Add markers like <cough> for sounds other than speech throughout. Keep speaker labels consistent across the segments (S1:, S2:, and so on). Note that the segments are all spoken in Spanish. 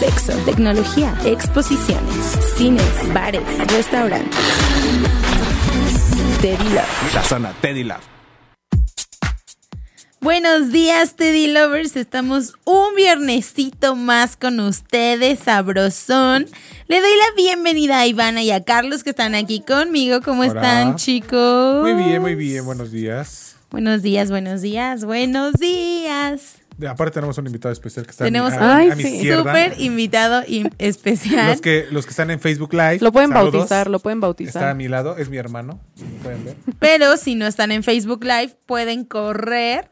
S1: Sexo, tecnología, exposiciones, cines, bares, restaurantes. Teddy Love.
S2: La zona Teddy Love.
S3: Buenos días, Teddy Lovers. Estamos un viernesito más con ustedes, sabrosón. Le doy la bienvenida a Ivana y a Carlos que están aquí conmigo. ¿Cómo
S4: Hola.
S3: están, chicos?
S4: Muy bien, muy bien, buenos días.
S3: Buenos días, buenos días, buenos días.
S4: De- Aparte tenemos un invitado especial que está
S3: Tenemos
S4: a, mi- a-
S5: Ay,
S4: a mi
S5: sí.
S4: izquierda.
S3: súper invitado
S4: <laughs>
S3: y especial.
S4: Los que, los que están en Facebook Live.
S5: Lo pueden
S4: saludos.
S5: bautizar, lo pueden
S4: Está a
S5: bautizar.
S4: mi lado, es mi hermano. lo pueden ver.
S3: Pero si no están en Facebook Live, pueden correr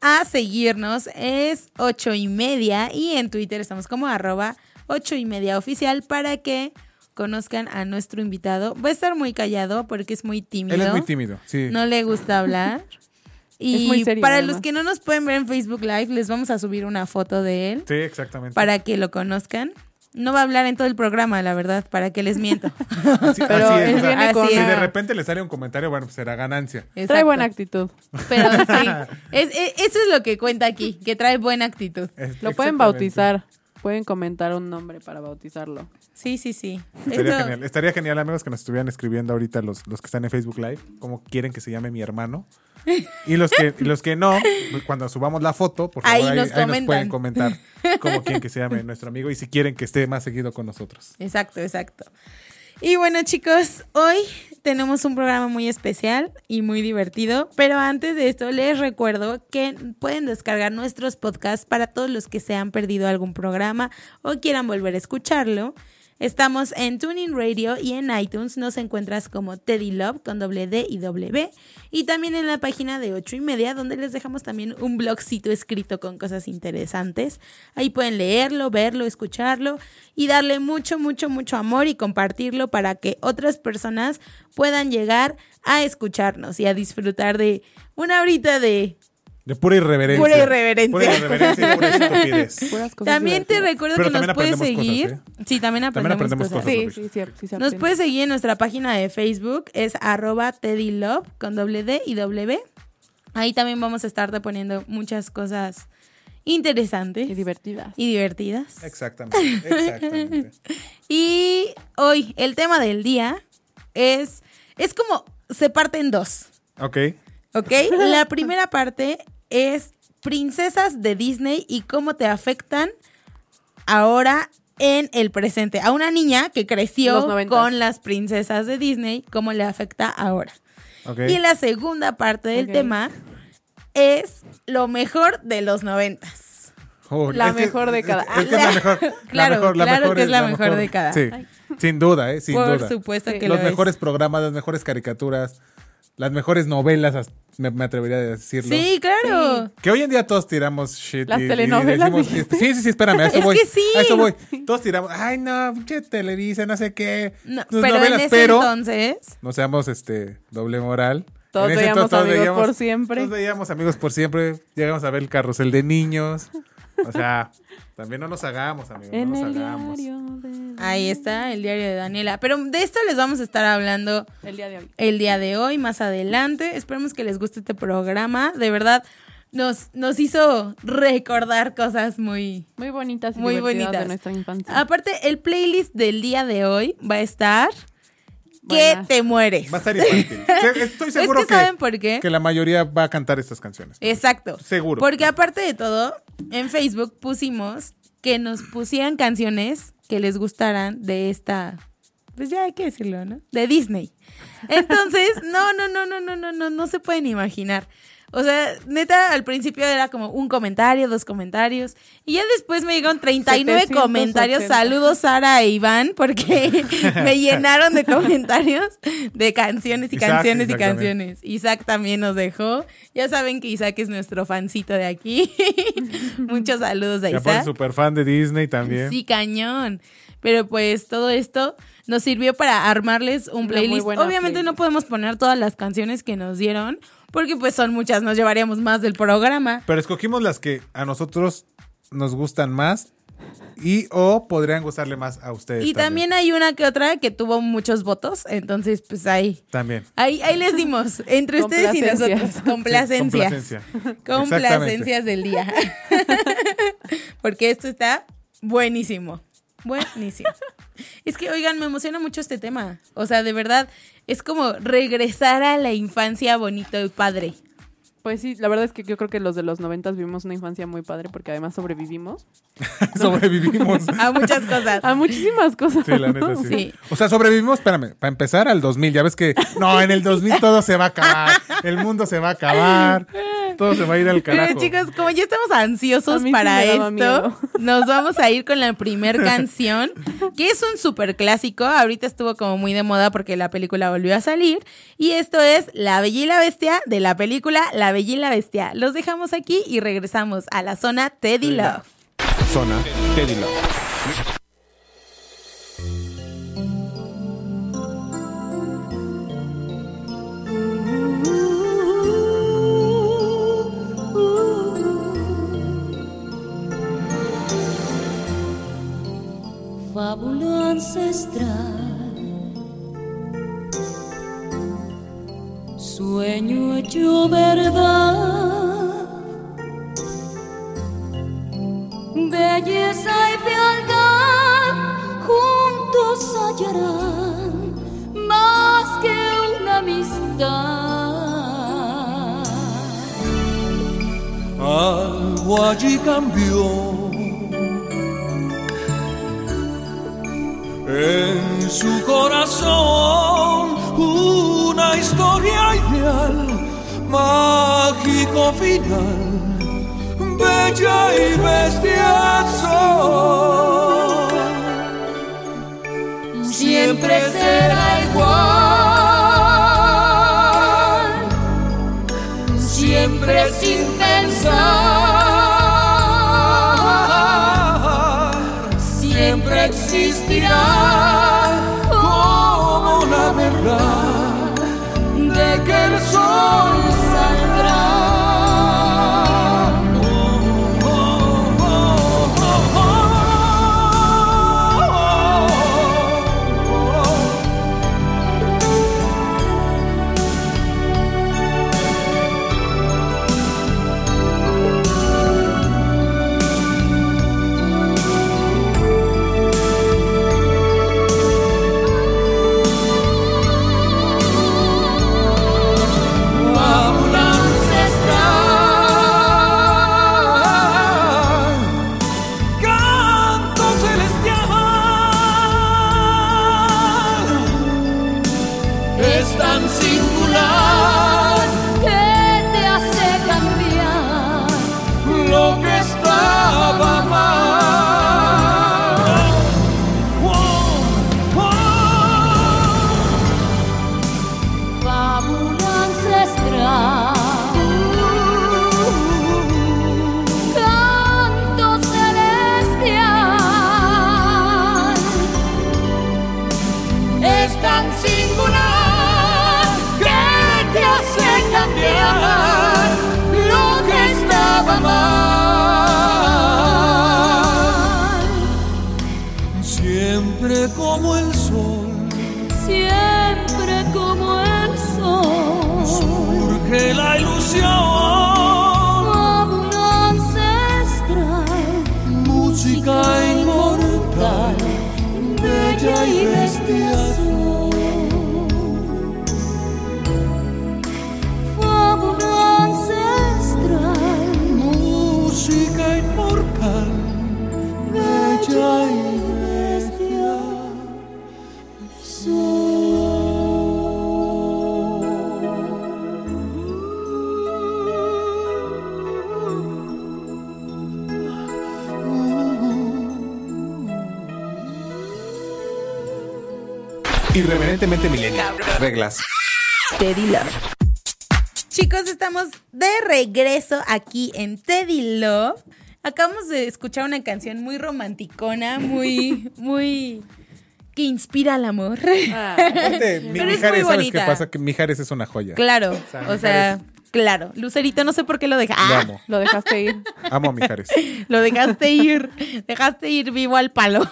S3: a seguirnos. Es ocho y media y en Twitter estamos como arroba ocho y media oficial para que conozcan a nuestro invitado. Va a estar muy callado porque es muy tímido.
S4: Él es muy tímido, sí.
S3: No le gusta hablar. Y
S5: <laughs> Es muy serio,
S3: para
S5: además.
S3: los que no nos pueden ver en Facebook Live, les vamos a subir una foto de él
S4: Sí, exactamente.
S3: para que lo conozcan. No va a hablar en todo el programa, la verdad, para que les miento.
S4: Así-
S5: Pero
S4: así es,
S5: él
S4: o sea,
S5: viene
S3: así
S5: con...
S4: Si
S3: es.
S4: de repente le sale un comentario, bueno, pues será ganancia.
S5: <laughs> Trae
S3: Exacto.
S5: buena actitud. <laughs>
S3: Pero sí, es- es- eso es lo que cuenta aquí, que trae buena actitud.
S4: Es-
S5: Lo pueden
S4: exactamente.
S5: bautizar. Pueden comentar un nombre para bautizarlo.
S3: Sí, sí, sí.
S4: Estaría
S3: Esto-
S4: genial. ¿eh? Estaría genial, amigos, que nos estuvieran escribiendo ahorita los, los que están en Facebook Live, cómo quieren que se llame
S3: <laughs>
S4: mi hermano. Y los que, y los que no, pues, cuando subamos la foto, por favor,
S3: Ahí
S4: ahí, ahí
S3: nos
S4: nos,
S3: comentan.
S4: pueden comentar cómo quieren que se llame nuestro amigo y si quieren que esté más seguido con nosotros.
S3: Exacto, exacto. Y bueno, chicos, hoy tenemos un programa muy especial y muy divertido, pero antes de esto les recuerdo que pueden descargar nuestros podcasts para todos los que se han perdido algún programa o quieran volver a escucharlo. Estamos en Tuning Radio y en iTunes nos encuentras como Teddy Love con doble D y doble B. Y también en la página de 8 y media donde les dejamos también un blogcito escrito con cosas interesantes. Ahí pueden leerlo, verlo, escucharlo y darle mucho, mucho, mucho amor y compartirlo para que otras personas puedan llegar a escucharnos y a disfrutar de una horita de...
S4: De pura irreverencia.
S3: Pura irreverencia.
S4: Pura irreverencia y pura estupidez.
S5: Puras cosas
S3: También te
S5: divertidas.
S3: recuerdo
S4: Pero
S3: que nos
S4: también
S3: puedes
S4: aprendemos
S3: seguir.
S4: cosas, ¿eh?
S3: Sí, también aprendemos,
S4: aprendemos
S3: cosas.
S4: cosas.
S5: Sí, sí, sí, sí, se
S3: Nos
S5: aprende.
S3: puedes seguir en nuestra página de Facebook, es arroba teddylove con doble D y doble B. Ahí también vamos a estarte poniendo muchas cosas interesantes
S5: Y divertidas.
S3: y divertidas.
S4: Exactamente, exactamente.
S3: Y hoy el tema del día es, es como se parte en dos,
S4: Ok.
S3: ¿ok? La primera parte es princesas de Disney y cómo te afectan ahora en el presente. A una niña que creció
S5: Los noventas.
S3: con las princesas de Disney, ¿cómo le afecta ahora?
S4: Ok.
S3: Y la segunda parte del
S5: Ok.
S3: tema es lo mejor de los noventas.
S4: Oh,
S5: La
S4: es que-
S5: mejor década.
S4: Es que es
S3: <laughs>
S4: la mejor. la
S3: Claro,
S4: mejor, la
S3: claro
S4: mejor
S3: que es la mejor década.
S4: Sí, sin duda, ¿eh? Sin
S3: Por
S4: duda.
S3: supuesto
S5: Sí.
S3: que
S4: los
S3: lo es.
S4: mejores programas, las mejores caricaturas, las mejores novelas, as- me, me atrevería a decirlo.
S3: Sí, claro.
S4: Que hoy en día todos tiramos shit.
S5: Las
S4: y- y
S5: telenovelas
S4: decimos- este, sí, sí, sí, espérame, a
S3: <laughs>
S4: eso
S3: Es
S4: voy.
S3: que sí.
S4: A eso voy. Todos tiramos, ay, no, pinche Televisa, no sé qué.
S3: No,
S4: tus
S3: pero en
S4: novelas,
S3: ese
S4: pero
S3: entonces,
S4: no seamos este doble moral.
S5: Todos
S4: En ese
S5: veíamos
S4: entonces todos
S5: Amigos por Siempre.
S4: Todos veíamos amigos por siempre. Llegamos a ver el carrusel de niños. O sea, también no nos hagamos, amigos.
S5: En
S4: no nos
S5: el
S4: hagamos.
S5: diario de...
S3: ahí está el diario de Daniela. Pero de esto les vamos a estar hablando
S5: El día de hoy.
S3: el día de hoy, más adelante. Esperemos que les guste este programa. De verdad, nos, nos hizo recordar cosas muy,
S5: Muy bonitas y
S3: muy
S5: divertidas
S3: bonitas. Ah,
S5: de nuestra infancia.
S3: Aparte, el playlist del día de hoy va a estar que
S5: Buenas.
S3: te mueres.
S4: Va a
S3: <laughs>
S4: estar infantil. Se- Estoy
S3: Es que
S4: seguro que,
S3: ¿saben por qué?
S4: que la mayoría va a cantar estas canciones.
S3: Exacto.
S4: Seguro.
S3: Porque aparte de todo, en Facebook pusimos que nos pusieran canciones que les gustaran de esta. Pues ya hay que <laughs> decirlo, ¿no? De Disney. Entonces, no, no, no, no, no, no, no, no se pueden imaginar. O sea, neta, al principio era como un comentario, dos comentarios. Y ya después me llegaron 39
S5: 780.
S3: comentarios. Saludos, Sara e Iván, porque me llenaron de comentarios de canciones y
S4: Isaac,
S3: canciones y
S4: Isaac también.
S3: canciones. Isaac también nos dejó. Ya saben que Isaac es nuestro fancito de aquí. <laughs> Muchos saludos a
S4: Y aparte
S3: Isaac.
S4: súper fan de Disney también.
S3: Sí, cañón. Pero pues todo esto nos sirvió para armarles un
S5: Una
S3: playlist.
S5: muy buena
S3: Obviamente no
S5: playlist.
S3: podemos poner todas las canciones que nos dieron, porque pues son muchas, nos llevaríamos más del programa.
S4: Pero escogimos las que a nosotros nos gustan más y o podrían gustarle más a ustedes.
S3: Y también hay una que otra que tuvo muchos votos, entonces pues ahí.
S4: También.
S3: Ahí, ahí les dimos, entre ustedes y nosotros,
S4: Sí,
S5: Complacencias.
S3: <laughs> complacencias. Complacencias del día. <laughs> Porque esto está buenísimo. Buenísimo. Es que, oigan, me emociona mucho este tema. O sea, de verdad, es como regresar a la infancia bonito y padre.
S5: Pues sí, la verdad es que yo creo que los de los noventas vivimos una infancia muy padre porque además sobrevivimos
S4: Exactamente. <laughs> Sobrevivimos.
S3: A muchas cosas.
S5: <laughs> a muchísimas cosas.
S4: Sí, la
S5: <laughs>
S4: neta, sí.
S3: Sí.
S4: O sea, sobrevivimos, espérame, para empezar al 2000. Ya ves que, no, en el 2000 todo se va a acabar. El mundo se va a acabar. Todo se va a ir al carajo.
S3: Pero chicos, como ya estamos
S5: A
S3: ansiosos
S5: mí sí
S3: para
S5: me daba
S3: esto,
S5: miedo.
S3: <laughs> nos vamos a ir con la primer canción, que es un super clásico. Ahorita estuvo como muy de moda porque la película volvió a salir. Y esto es La Bella y la Bestia de la película La Bella y la Bestia. Los dejamos aquí y regresamos a la zona Teddy Love.
S4: Zona Teddy Love.
S6: fábula ancestral. Sueño hecho verdad, belleza y fealdad juntos hallarán más que una amistad.
S7: Algo allí cambió en su corazón una historia ideal, mágico final, bella y bestia soy.
S6: Siempre será igual, siempre sin pensar, siempre existirá
S7: como la verdad
S6: de que el sol saldrá. Fábula ancestral.
S7: Canto celestial.
S6: es tan singular que te hace cambiar lo que estaba mal. Fábula ancestral, canto celestial es tan singular que te hace cambiar lo que estaba mal.
S7: Siempre como el sol
S6: Siempre como el sol,
S7: surge la ilusión,
S6: como un ancestral,
S7: música inmortal,
S6: bella y bestia soy. Fábula ancestral,
S7: música inmortal, bella y bestia.
S6: soy.
S2: Irreverentemente milenial. Reglas.
S1: Teddy Love.
S3: Chicos, estamos de regreso aquí en Teddy Love. Acabamos de escuchar una canción muy romanticona, muy, muy... que inspira al amor. <laughs>
S5: Ah,
S4: Aparte, mi
S3: Pero es muy
S4: Mijares, ¿sabes qué
S3: bonita.
S4: pasa? Que Mijares es una joya.
S3: Claro,
S4: sea,
S3: o sea, claro. Lucerito, no sé por qué lo deja.
S4: Lo
S3: ¡Ah!
S4: amo.
S5: Lo dejaste ir.
S4: Amo
S3: <laughs>
S4: a Mijares.
S3: Lo dejaste ir. Dejaste ir vivo al palo.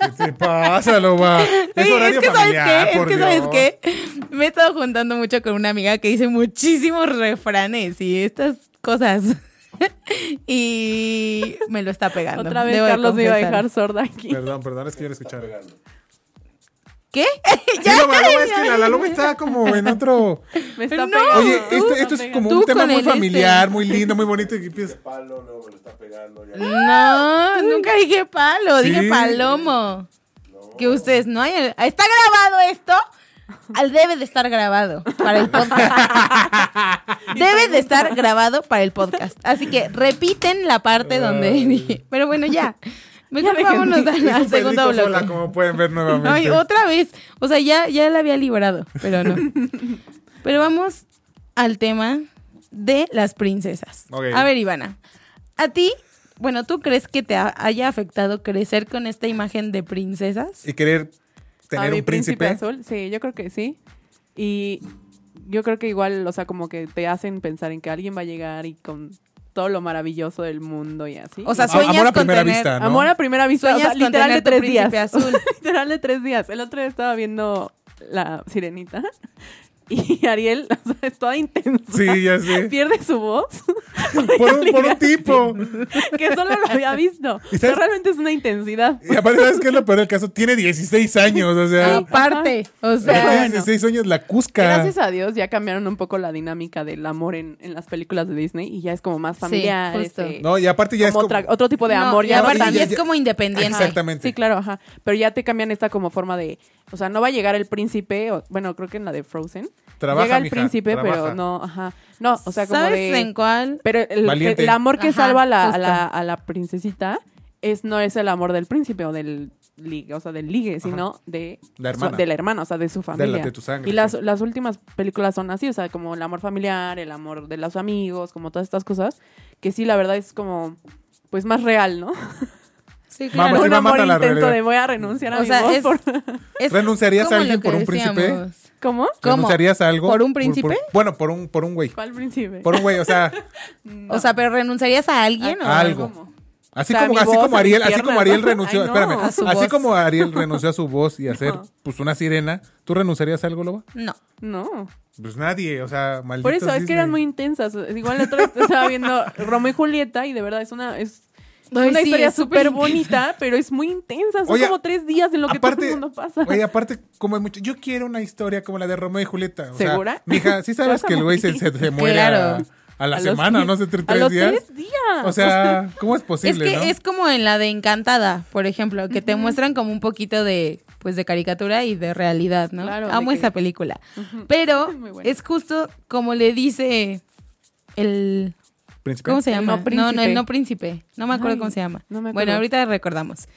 S4: ¿Qué te pasa, Loba? <laughs> Es
S3: Oye,
S4: horario familiar,
S3: ¿sabes qué?
S4: por
S3: Es que, ¿sabes
S4: Dios.
S3: qué? Me he estado juntando mucho con una amiga que dice muchísimos refranes y estas cosas. <laughs> y me lo está pegando.
S5: Otra vez
S3: Ah, debo de
S5: Carlos me iba a
S3: confesar.
S5: dejar sorda aquí.
S4: Perdón, perdón, es que yo lo escuchaba. <laughs>
S3: ¿Qué?
S4: Sí, Loba, Loba, es que la, la Loba está como en otro...
S5: Me
S3: No.
S5: está pegando.
S4: Oye, este,
S3: tú,
S4: esto, esto es
S5: no
S4: como
S3: tú
S4: un tema
S3: con
S4: muy
S3: el este.
S4: familiar, muy lindo, muy bonito.
S3: <laughs>
S4: Y empiezas-
S3: No, nunca dije palo,
S4: Sí.
S3: dije palomo. Que ustedes no hayan. ¿Está grabado esto? Al- Debe de estar grabado para el podcast. Debe de estar grabado para el podcast. Así que repiten la parte donde dije. Pero bueno, ya. Mejor vámonos al, al
S4: Hizo
S3: segundo
S4: Pedrito sola,
S3: bloque.
S4: como pueden ver nuevamente.
S3: Ay, otra vez. O sea, ya, ya la había librado, pero no. Pero vamos al tema de las princesas.
S4: Ok.
S3: A ver, Ivana. A ti, bueno, ¿tú crees que te ha- haya afectado crecer con esta imagen de princesas?
S4: Y querer
S5: a
S4: tener
S5: mi
S4: un príncipe.
S5: azul, sí, yo creo que sí. Y yo creo que igual, o sea, como que te hacen pensar en que alguien va a llegar y con todo lo maravilloso del mundo y así.
S3: O sea,
S4: A- amor
S3: sueñas
S4: a
S3: con
S4: primera
S3: tener...
S4: vista, Ah, ¿no?
S5: amor a primera vista, o
S3: Sueñas
S5: sea,
S3: con
S5: literal
S3: tener
S5: de
S3: tu
S5: tres
S3: príncipe
S5: días.
S3: azul.
S5: <laughs> literal de tres días. El otro día estaba viendo la sirenita <laughs> y Ariel, o sea, es toda intensa.
S4: Sí, ya sé.
S5: <laughs> Pierde su voz.
S3: <laughs>
S4: Por un, por un tipo.
S5: que solo lo había visto.
S4: <laughs> ¿Y sabes?
S5: Pero realmente es una intensidad.
S4: Y aparte, ¿sabes qué es lo peor del caso? Tiene 16 años, o sea.
S3: Aparte, o
S4: tiene
S3: sea...
S5: bueno.
S4: 16 años la cusca.
S5: Gracias a Dios ya cambiaron un poco la dinámica del amor en, en las películas de Disney y ya es como más familiar.
S3: justo.
S5: este,
S4: No, y aparte ya
S5: como
S4: es como...
S5: otra- otro tipo de
S3: no,
S5: amor.
S3: y
S5: ya no
S3: aparte
S4: ahorita
S5: tan-
S3: ya
S4: ya-
S3: es como independiente.
S4: Exactamente.
S5: Sí, claro, ajá. Pero ya te cambian esta como forma de, o sea, no va a llegar el príncipe, o- bueno, creo que en la de Frozen.
S4: Trabaja,
S5: Llega el
S4: mija,
S5: príncipe,
S4: trabaja.
S5: pero no, ajá. No, o sea, como
S3: ¿Sabes
S5: de-
S3: en cuál?
S5: Pero el,
S4: Valiente.
S5: el amor que
S3: Ajá,
S5: salva a la, a, la,
S3: justo.
S5: a la princesita es no es el amor del príncipe o del ligue, o sea, del ligue, sino de
S4: La
S5: su-
S4: hermana.
S5: de la hermana, o sea, de su familia.
S4: de tu sangre,
S5: y las,
S4: sí.
S5: las últimas películas son así, o sea, como el amor familiar, el amor de los amigos, como todas estas cosas, que sí, la verdad es como pues más real, ¿no?
S3: Sí, claro.
S4: Vamos, Ah, pues, sí,
S5: <laughs> un
S4: va a
S5: amor
S4: matar la
S5: intento
S4: realidad.
S5: de voy a renunciar a
S3: O
S5: mi
S3: sea,
S5: voz
S3: es-
S5: por-
S3: Es
S4: ¿Renunciarías a
S3: como
S4: alguien
S3: lo
S4: por
S3: que
S4: un príncipe?
S3: decíamos.
S5: ¿Cómo?
S3: <laughs> ¿Cómo?
S4: ¿Renunciarías a algo?
S3: ¿Por un príncipe?
S4: bueno, por un, por un güey.
S5: ¿Cuál príncipe?
S4: Por un güey, o
S5: <laughs>
S4: sea,
S3: O sea, ¿pero renunciarías a alguien o
S4: A algo.
S5: ¿Cómo?
S4: así
S5: O sea,
S4: como,
S5: mi
S4: así
S5: voz,
S4: como
S5: a mis
S4: Ariel, así
S5: piernas.
S4: como Ariel renunció,
S5: <laughs> Ay, no.
S4: espérame,
S5: A
S4: así
S3: su voz.
S4: como Ariel renunció a su voz
S5: <laughs>
S4: y a ser
S5: No.
S4: pues una sirena, ¿tú renunciarías a algo, Loba?
S3: No.
S5: No.
S4: Pues nadie, o sea, maldito.
S5: Por eso, es que eran muy intensas. Es Igual la otra vez estaba viendo Romeo y Julieta y de verdad es una, es
S3: Ay,
S5: una
S3: sí,
S5: historia
S3: es súper
S5: súper bonita, pero es muy intensa. Son
S4: Oye,
S5: como tres días en lo que todo el mundo pasa.
S4: Oye, aparte, como hay mucho. Yo quiero una historia como la de Romeo y Julieta. O sea,
S5: ¿Segura?
S4: mija,
S5: <laughs>
S4: sí
S5: Te
S4: sabes
S5: vas a
S4: que el güey se,
S5: morir.
S4: se- se muere
S3: Claro.
S4: a, a la
S5: A los
S4: semana,
S5: diez-
S4: no sé, tre-
S5: A
S4: tres,
S5: los
S4: días.
S5: tres días.
S4: O sea, ¿cómo es
S3: Es
S4: posible?
S3: que
S4: no?
S3: es como en la de Encantada, por ejemplo, que te muestran como un poquito de pues de caricatura y de realidad, ¿no?
S5: Claro,
S3: Amo
S5: de que-
S3: esa película. Pero
S5: Es <laughs> muy buena.
S3: es justo como le dice el
S4: Príncipe.
S3: ¿Cómo se
S5: El
S3: llama?
S5: no
S3: No, no, el
S5: príncipe.
S3: no príncipe. No me acuerdo
S5: Ay,
S3: cómo se llama.
S5: no me acuerdo.
S3: Bueno, ahorita recordamos.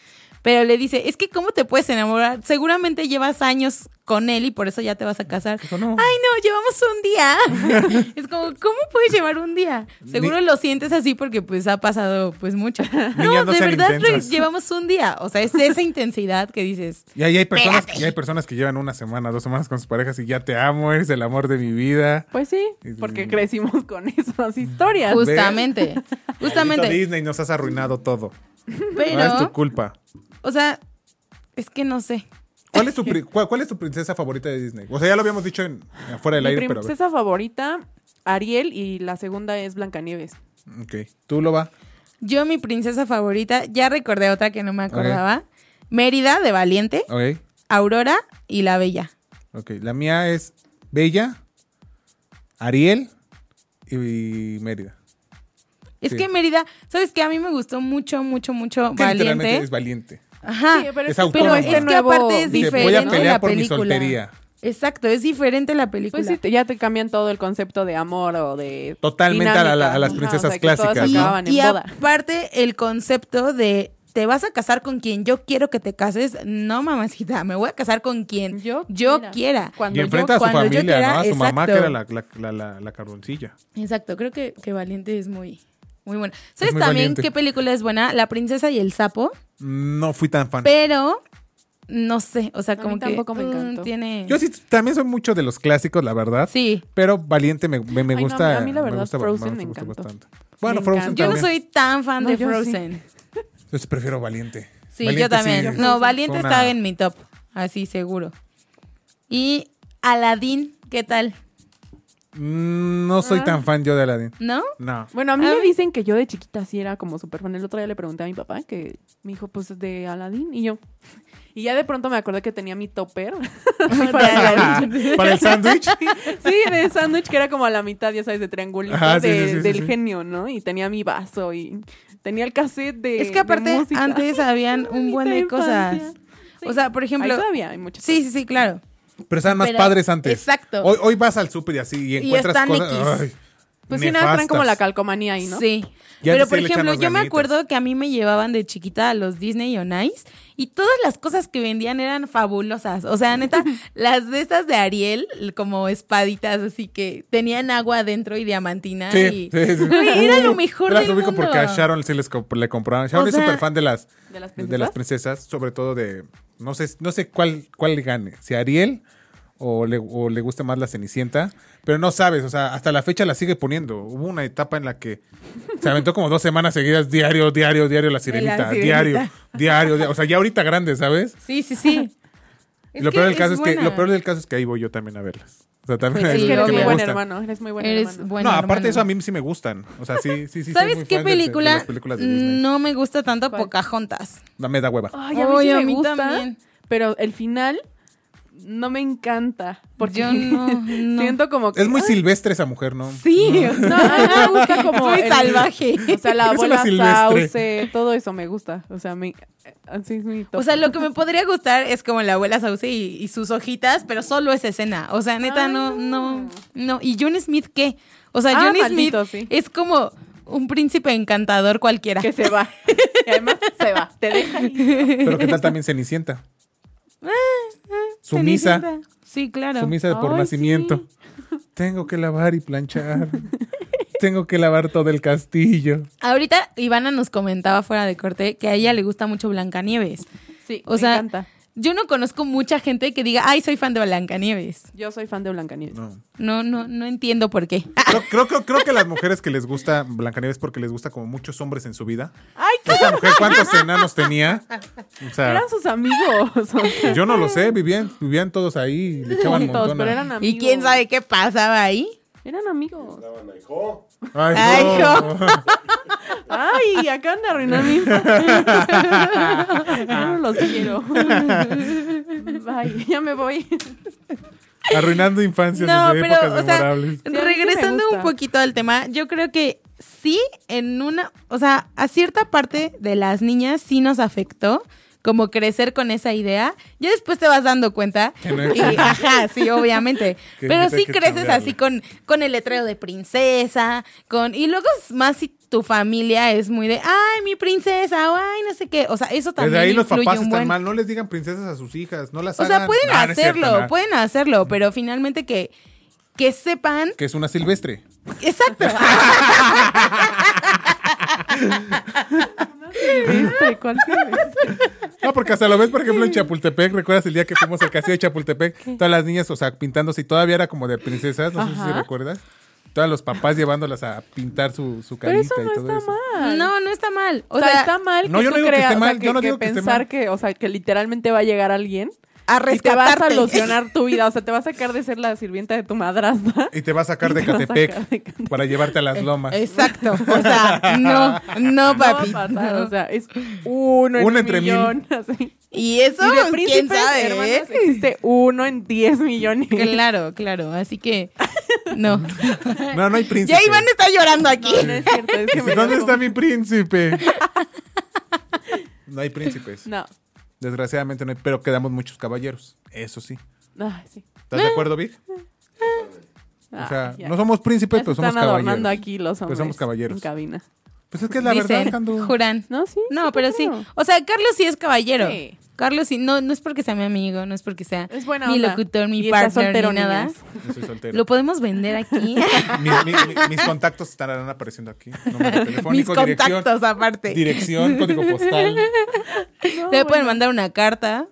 S3: Pero le dice, es que ¿cómo te puedes enamorar? Seguramente llevas años con él y por eso ya te vas a casar.
S4: Dijo, "No".
S3: Ay, no, llevamos un día. <laughs> es como, ¿cómo puedes llevar un día? Seguro
S4: Ni-
S3: lo sientes así porque pues ha pasado pues mucho.
S4: <laughs> Niñas, no
S3: de
S4: sean
S3: verdad lo
S4: intensas.
S3: llevamos un día. O sea, es esa intensidad que dices.
S4: Y ahí hay personas, y hay personas que llevan una semana, dos semanas con sus parejas y ya te amo, eres el amor de mi vida.
S5: Pues sí, porque crecimos con <laughs> esas
S4: <laughs>
S5: historias.
S3: Justamente,
S4: Maldito
S3: justamente.
S4: Disney nos has arruinado todo. No es tu
S3: Pero,
S4: culpa.
S3: o sea, es que no sé.
S4: ¿Cuál es tu, pri- cuál, cuál es tu princesa favorita de Disney? O sea, ya lo habíamos dicho en, fuera del
S5: Mi
S4: aire, pero a ver.
S5: princesa favorita, Ariel, y la segunda es Blancanieves.
S4: Ok. ¿Tú lo va?
S3: Yo, mi princesa favorita, ya recordé otra que no me acordaba. Mérida de Valiente,
S4: Ok.
S3: Aurora y la Bella.
S4: Ok, la mía es Bella, Ariel y Mérida.
S3: Es
S4: Sí.
S3: que Mérida, ¿sabes qué? A mí me gustó mucho, mucho, mucho
S4: Que literalmente
S3: Valiente.
S4: es valiente.
S3: Ajá. Ah,
S5: Sí,
S3: pero
S5: pero
S4: es
S5: es,
S4: autónoma.
S5: pero
S3: es
S5: este
S3: que
S5: nuevo-
S3: aparte es
S4: Dice,
S3: diferente
S4: voy a pelear
S3: la
S4: por mi
S3: película.
S4: soltería.
S3: Exacto, es diferente la película.
S5: Pues sí, te- ya te cambian todo el concepto de amor o de.
S4: Totalmente a la-
S5: dinámica.
S4: a las
S5: Ajá,
S4: princesas
S5: que todas
S4: clásicas,
S5: se
S4: ¿no?
S5: acababan
S3: y
S5: en boda.
S3: aparte el concepto de ¿Te vas a casar con quien yo quiero que te cases? No, mamacita, me voy a casar con quien yo,
S5: Yo quiera.
S3: quiera.
S5: Cuando
S4: Y enfrenta a su
S3: cuando yo
S4: familia,
S3: quiera,
S4: ¿no? A su mamá, que
S3: exacto.
S4: era la, la, la, la, la carboncilla.
S3: Exacto, creo que, que Valiente es muy, muy buena. ¿Sabes
S4: muy
S3: también
S4: valiente.
S3: qué película es buena? La princesa y el sapo,
S4: No fui tan fan.
S3: pero no sé, o sea,
S5: mí
S3: como que
S5: tampoco me
S3: mm,
S5: encantó.
S3: tiene
S4: Yo sí, también soy mucho de los clásicos, la verdad.
S3: Sí.
S4: Pero Valiente me, me, me
S5: Ay, no,
S4: gusta.
S5: a mí la
S4: me
S5: verdad
S4: gusta-
S5: Frozen me
S4: gusta
S5: encantó.
S4: bastante. Bueno,
S5: Me
S4: Frozen
S5: encanta.
S3: Yo no
S4: también.
S3: soy tan fan
S5: No,
S3: de
S5: yo sí.
S3: Frozen.
S4: Yo sí prefiero Valiente.
S3: Sí,
S4: Valiente
S3: yo también.
S4: sí,
S3: no,
S4: fue
S3: Valiente
S4: una-
S3: está en mi top, así seguro. Y Aladdin, ¿qué tal?
S4: Mm, No soy tan fan yo de Aladdin.
S3: ¿No?
S4: No.
S5: Bueno, a mí
S3: A
S5: me
S3: ver.
S5: dicen que yo de chiquita sí era como súper fan. El otro día le pregunté a mi papá que me dijo, pues de Aladdin. Y yo. <laughs> Y ya de pronto me acordé que tenía mi topper. <laughs>
S3: De Aladdin.
S4: Para el sándwich.
S5: sí, de sándwich que era como a la mitad, ya sabes, de triangulito
S4: Ajá, sí,
S5: de-
S4: sí, sí, sí,
S5: del
S4: sí.
S5: genio, ¿no? Y tenía mi vaso y tenía el cassette de.
S3: Es que
S5: de
S3: aparte
S5: música.
S3: antes
S5: <laughs>
S3: habían un
S5: Bonita
S3: buen de cosas.
S5: infancia. Sí.
S3: O sea, por ejemplo,
S5: Ahí todavía hay muchas.
S3: sí, sí, sí, claro.
S4: Pero estaban más
S3: Pero-
S4: padres antes.
S3: exacto.
S4: Hoy, hoy vas al súper y así y encuentras
S3: están
S4: cosas.
S3: X.
S4: ay,
S5: Pues sí, nada, traen como la
S4: nefastas.
S5: calcomanía ahí, ¿no?
S3: Sí.
S4: Ya
S3: Pero
S4: antes
S3: por
S4: sí le echan
S3: ejemplo,
S4: las
S3: yo me
S4: ganitas.
S3: acuerdo que a mí me llevaban de chiquita a los Disney on Ice y todas las cosas que vendían eran fabulosas. O sea,
S5: <laughs>
S3: neta, las de estas de Ariel, como espaditas, así que tenían agua adentro y diamantina.
S4: Sí,
S3: y...
S4: sí, sí.
S3: Güey, era lo mejor
S4: Las
S3: del
S4: ubico
S3: mundo.
S4: porque a Sharon sí les comp- le compraban. Sharon
S3: O
S4: es
S3: sea,
S4: súper fan de las,
S5: ¿de las
S4: de las princesas, sobre todo de. No sé, no sé cuál, cuál le gane, si Ariel o le, o le gusta más la Cenicienta, pero no sabes, o sea, hasta la fecha la sigue poniendo. Hubo una etapa en la que se aventó como dos semanas seguidas, diario, diario, diario, la sirenita,
S3: sirenita.
S4: diario, diario, diario, o sea, ya ahorita grande, ¿sabes?
S3: Sí, sí,
S5: <laughs>
S3: sí.
S4: Y lo peor del
S3: es
S4: caso es, que
S3: buena.
S4: lo peor del caso es que ahí voy yo también a verlas. O sea, también
S3: Pues
S4: hay
S5: Es
S3: Sí,
S5: que
S4: unas
S5: eres
S4: que
S5: muy
S4: me
S5: buen
S4: gustan.
S5: hermano, eres muy buen
S3: Eres
S5: hermano.
S3: buen
S4: no, aparte
S3: hermano.
S4: de eso a mí sí me gustan. O sea, sí, sí, sí. soy
S3: ¿Sabes
S4: muy
S3: qué
S4: fan de- de- de
S3: película?
S4: las películas de Disney.
S3: no me gusta tanto
S5: ¿Cuál?
S3: Pocahontas.
S4: No, me da hueva.
S5: Ay, a mí
S3: Ay,
S5: sí
S3: a
S5: me
S3: mí
S5: gusta,
S3: también.
S5: pero el final no me encanta. Porque
S3: Yo
S5: <laughs>
S3: no, no.
S5: siento como que...
S4: Es muy
S5: ay,
S4: silvestre esa mujer, ¿no?
S3: Sí, <laughs>
S5: No, a mí me gusta como...
S3: Soy
S5: el- <laughs>
S3: salvaje.
S5: O sea,
S4: <laughs>
S5: la
S4: Eres una
S5: abuela
S4: silvestre.
S5: sauce, todo eso me gusta. O sea, me... Así es mi top.
S3: O sea, lo que me podría gustar es como la abuela Sauce y, y sus hojitas, pero solo esa escena. O sea, neta,
S5: Ay,
S3: no,
S5: no.
S3: no, no. ¿Y John Smith qué? O sea,
S5: Ah,
S3: John
S5: maldito,
S3: Smith
S5: sí.
S3: es como un príncipe encantador cualquiera.
S5: <laughs> que se va. Y además se va. Te deja ahí.
S4: Pero ¿qué tal también Cenicienta? Sumisa.
S3: Cenicienta. Sí, claro.
S4: Sumisa por
S5: Ay,
S4: nacimiento. Tengo que lavar y planchar. Tengo que lavar todo el castillo.
S3: Ahorita Ivana nos comentaba fuera de corte que a ella le gusta mucho Blancanieves.
S5: Sí,
S3: O
S5: me
S3: sea,
S5: encanta.
S3: yo no conozco mucha gente que diga, ay, soy fan de Blancanieves.
S5: Yo soy fan de Blancanieves.
S4: No.
S3: No, no, no entiendo por qué.
S4: Creo, creo, creo, creo que las mujeres que les gusta Blancanieves porque les gusta como muchos hombres en su vida.
S5: ¡Ay, qué!
S4: Esta mujer, ¿cuántos enanos tenía? O sea,
S5: Eran sus amigos. <laughs> o sea,
S4: yo no lo sé. Vivían, vivían todos ahí. y Le echaban
S5: juntos,
S4: montón.
S5: pero
S4: a-
S5: eran amigos.
S3: ¿Y quién sabe qué pasaba ahí?
S5: Eran amigos.
S4: Ay,
S3: Ay,
S4: no.
S3: hijo.
S5: Ay, acaban de arruinar mi.
S4: <laughs>
S5: Ya no los quiero. Bye, ya me voy.
S4: Arruinando infancias
S3: No,
S4: desde
S3: pero,
S4: épocas
S3: o sea,
S4: memorables.
S5: Sí, a mí sí me
S3: regresando un
S5: gusta.
S3: poquito al tema, yo creo que sí, en una, o sea, a cierta parte de las niñas sí nos afectó como crecer con esa idea. Ya después te vas dando cuenta.
S4: Que no
S3: y,
S4: existe.
S3: ajá, sí, obviamente.
S4: <laughs> Que
S3: pero
S4: ahorita hay
S3: sí
S4: que
S3: creces
S4: cambiarlo.
S3: así con, con el letrero de princesa, con. Y luego es más si tu familia es muy de ay, mi princesa, o ay, no sé qué. O sea, eso también.
S4: Desde ahí los
S3: influye
S4: papás
S3: un
S4: están
S3: buen.
S4: mal. No les digan princesas a sus hijas. No las
S3: O sea,
S4: hagan. Ah,
S3: pueden
S4: No, no es cierto,
S3: hacerlo,
S4: no.
S3: pueden hacerlo, pero finalmente que, que sepan.
S4: Que es una silvestre.
S5: <laughs>
S3: Exacto. Ah, Este,
S5: ¿Viste? ¿Cuál es?
S4: No, porque hasta lo ves, por ejemplo, en Chapultepec. ¿Recuerdas el día que fuimos al castillo de Chapultepec? Todas las niñas, o sea, pintándose. Y todavía era como de princesas. No sé si
S5: Ajá.
S4: recuerdas. Todos los papás llevándolas a pintar su, su
S5: Pero
S4: carita
S5: eso no
S4: y todo
S5: está
S4: eso.
S5: mal.
S3: No, no está mal. O,
S5: O sea,
S3: sea,
S5: está mal
S4: no,
S5: que
S4: yo no
S5: tú
S4: digo que
S5: creas,
S4: esté
S5: o sea,
S4: mal,
S5: que,
S4: yo no digo
S5: que
S4: que esté
S5: pensar
S4: mal.
S5: que, o sea, que literalmente va a llegar alguien
S3: a
S5: y te vas a
S3: rescatarte.
S5: <laughs> solucionar tu vida, o sea, te vas a sacar de ser la sirvienta de tu madrastra.
S4: Y te va a sacar
S5: Y
S4: de
S5: te va a
S4: Catepec
S5: sacar de Catepec.
S4: para llevarte a
S3: Eh,
S4: las lomas.
S3: Exacto. O
S5: <laughs>
S3: sea, no, no, papi.
S5: No va a pasar, o sea, es uno en
S4: Uno
S5: un
S4: entre mil.
S5: millón, <laughs> así.
S3: y eso,
S5: y de
S3: quién
S5: príncipes, hermanos,
S3: sabe, ¿eh?
S5: existe uno en 10 millones.
S3: Claro, claro. Así que, <laughs> no.
S4: No, no hay príncipe.
S3: Ya Iván está llorando aquí.
S5: No, no es cierto, es que me
S4: ¿Dónde
S5: dio
S4: está
S5: como-
S3: <laughs>
S4: mi príncipe? No hay príncipes.
S5: No.
S4: Desgraciadamente no hay, pero quedamos muchos caballeros. Eso sí.
S5: Ay, sí.
S4: ¿Estás
S3: Eh.
S4: de acuerdo, Vic? O sea,
S5: Ay, ya.
S4: no somos príncipes,
S5: Ya se
S3: Ah,
S4: pero somos
S5: están adornando
S4: caballeros. Pues
S5: aquí los hombres.
S4: somos caballeros.
S5: En cabina.
S4: Pues es que es la verdad, Jando.
S3: Juran.
S5: No, sí, sí
S3: No,
S5: te
S3: pero sí.
S5: creo.
S3: O sea, Carlos sí es caballero.
S5: Sí.
S3: Carlos sí, no, no es porque sea mi amigo, no es porque sea
S5: Es buena
S3: mi
S5: onda.
S3: locutor, mi
S5: Y está
S3: partner,
S5: soltero,
S3: ni nada.
S5: niñas.
S4: Yo soy soltero.
S3: Lo podemos vender
S5: <laughs>
S3: aquí.
S4: Mis, mi- mi- mis contactos estarán apareciendo aquí.
S3: <laughs>
S4: Número
S3: Mis
S4: telefónico, dirección,
S3: contactos aparte.
S4: dirección, código postal.
S3: Te pueden mandar una carta.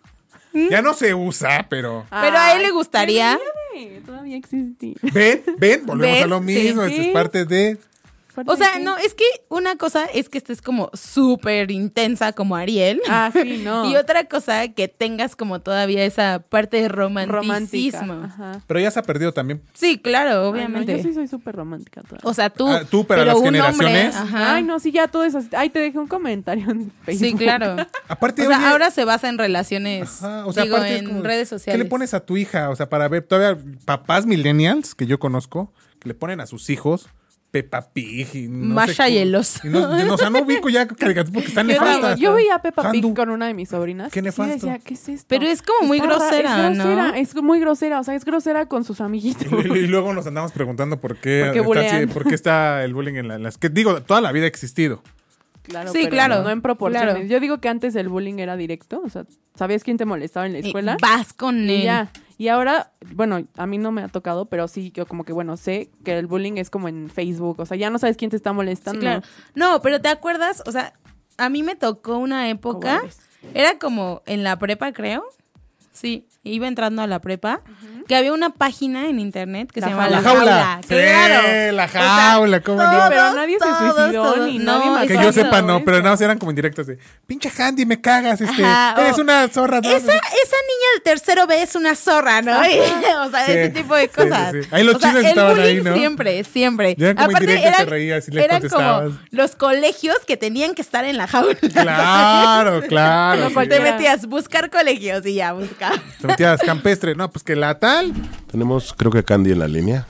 S4: Ya no se usa, pero.
S3: Pero a él le
S5: Ay,
S3: gustaría.
S5: güey, Todavía existí.
S4: Ven, ven, volvemos
S3: ¿Ves?
S4: a lo mismo.
S5: Sí.
S4: esa Es parte de.
S3: O sea, no, es que una cosa es que estés como súper intensa como Ariel.
S5: Ah, sí, no.
S3: <laughs> Y otra cosa que tengas como todavía esa parte de
S5: romántica.
S3: romanticismo.
S5: Ajá.
S4: Pero ya se ha perdido también.
S3: Sí, claro, obviamente.
S5: Ay, no, yo sí soy súper romántica todavía.
S3: O sea, tú.
S4: Ah, tú, pero las
S3: un hombre,
S4: generaciones.
S3: ajá.
S5: Ay, no, sí, ya todo eso. Ay, te dejé un comentario en Facebook.
S3: Sí,
S5: <laughs>
S3: claro. O
S4: Aparte,
S3: sea,
S4: oye,
S3: ahora se basa en relaciones,
S4: ajá, o sea,
S3: digo,
S4: aparte es
S3: en
S4: como,
S3: redes sociales.
S4: ¿Qué le pones a tu hija? O sea, para ver, todavía papás millennials que yo conozco, que le ponen a sus hijos Peppa Pig y no
S3: Masha
S4: sé,
S3: y el oso.
S4: y no, y no, o sea, no ubico ya caricaturas
S3: <laughs>
S4: porque están
S5: Yo, digo,
S4: nefastas.
S5: yo veía a Peppa Pig
S4: Handu.
S5: con una de mis sobrinas.
S4: Qué
S5: y
S4: nefasto.
S5: decía, ¿qué es esto?
S3: Pero es como muy
S5: Está rara,
S3: grosera,
S5: es
S3: ¿no?
S5: grosera, Es muy grosera, o sea, es grosera con sus amiguitos.
S4: <laughs> Y, y luego nos andamos preguntando por qué,
S5: ¿Por qué
S4: está,
S5: bulean?
S4: por qué está el bullying en la- las que digo, toda la vida ha existido.
S5: Claro,
S3: Sí,
S5: pero
S3: claro,
S5: No en proporciones.
S3: claro.
S5: Yo digo que antes el bullying era directo, o sea, ¿sabías quién te molestaba en la
S3: Y
S5: escuela?
S3: vas con él.
S5: Y ya. Y ahora, bueno, a mí no me ha tocado, pero sí, yo como que, bueno, sé que el bullying es como en Facebook, o sea, ya no sabes quién te está
S3: Sí,
S5: molestando.
S3: claro. No, pero ¿te acuerdas? O sea, a mí me tocó una época.
S5: Cobardes.
S3: Era como en la prepa, creo. Sí, iba entrando a la prepa. Que había una página en internet que
S5: La
S3: se llamaba
S4: La
S3: La
S4: Jaula.
S3: Jaula.
S4: Sí,
S3: claro.
S4: La Jaula, ¿cómo no?
S5: Pero nadie se suicidó, ni nadie mató.
S4: Que
S5: Eso
S4: yo
S5: es
S4: sepa, no,
S5: vergüenza.
S4: pero nada más eran como indirectos de pinche Handy, me cagas, este,
S3: Ajá, o-
S4: eres una zorra. ¿no?
S3: Esa, esa niña del tercero B es una zorra, ¿no? <laughs> o sea,
S4: Sí.
S3: ese tipo de
S4: Sí,
S3: cosas.
S4: sí, sí. Ahí los
S3: o sea,
S4: chinos
S3: el
S4: estaban
S3: bullying
S4: ahí, ¿no?
S3: Siempre, siempre.
S4: Ya eran como indirectas, te reías y les
S3: eran
S4: contestabas.
S3: como los colegios que tenían que estar en la jaula. <laughs>
S4: Claro, claro.
S5: No,
S4: sí.
S5: cualquier-
S3: Te metías buscar colegios y ya buscar.
S4: Te metías campestre. No, pues que la tal.
S8: Tenemos, creo que a Candy en la línea.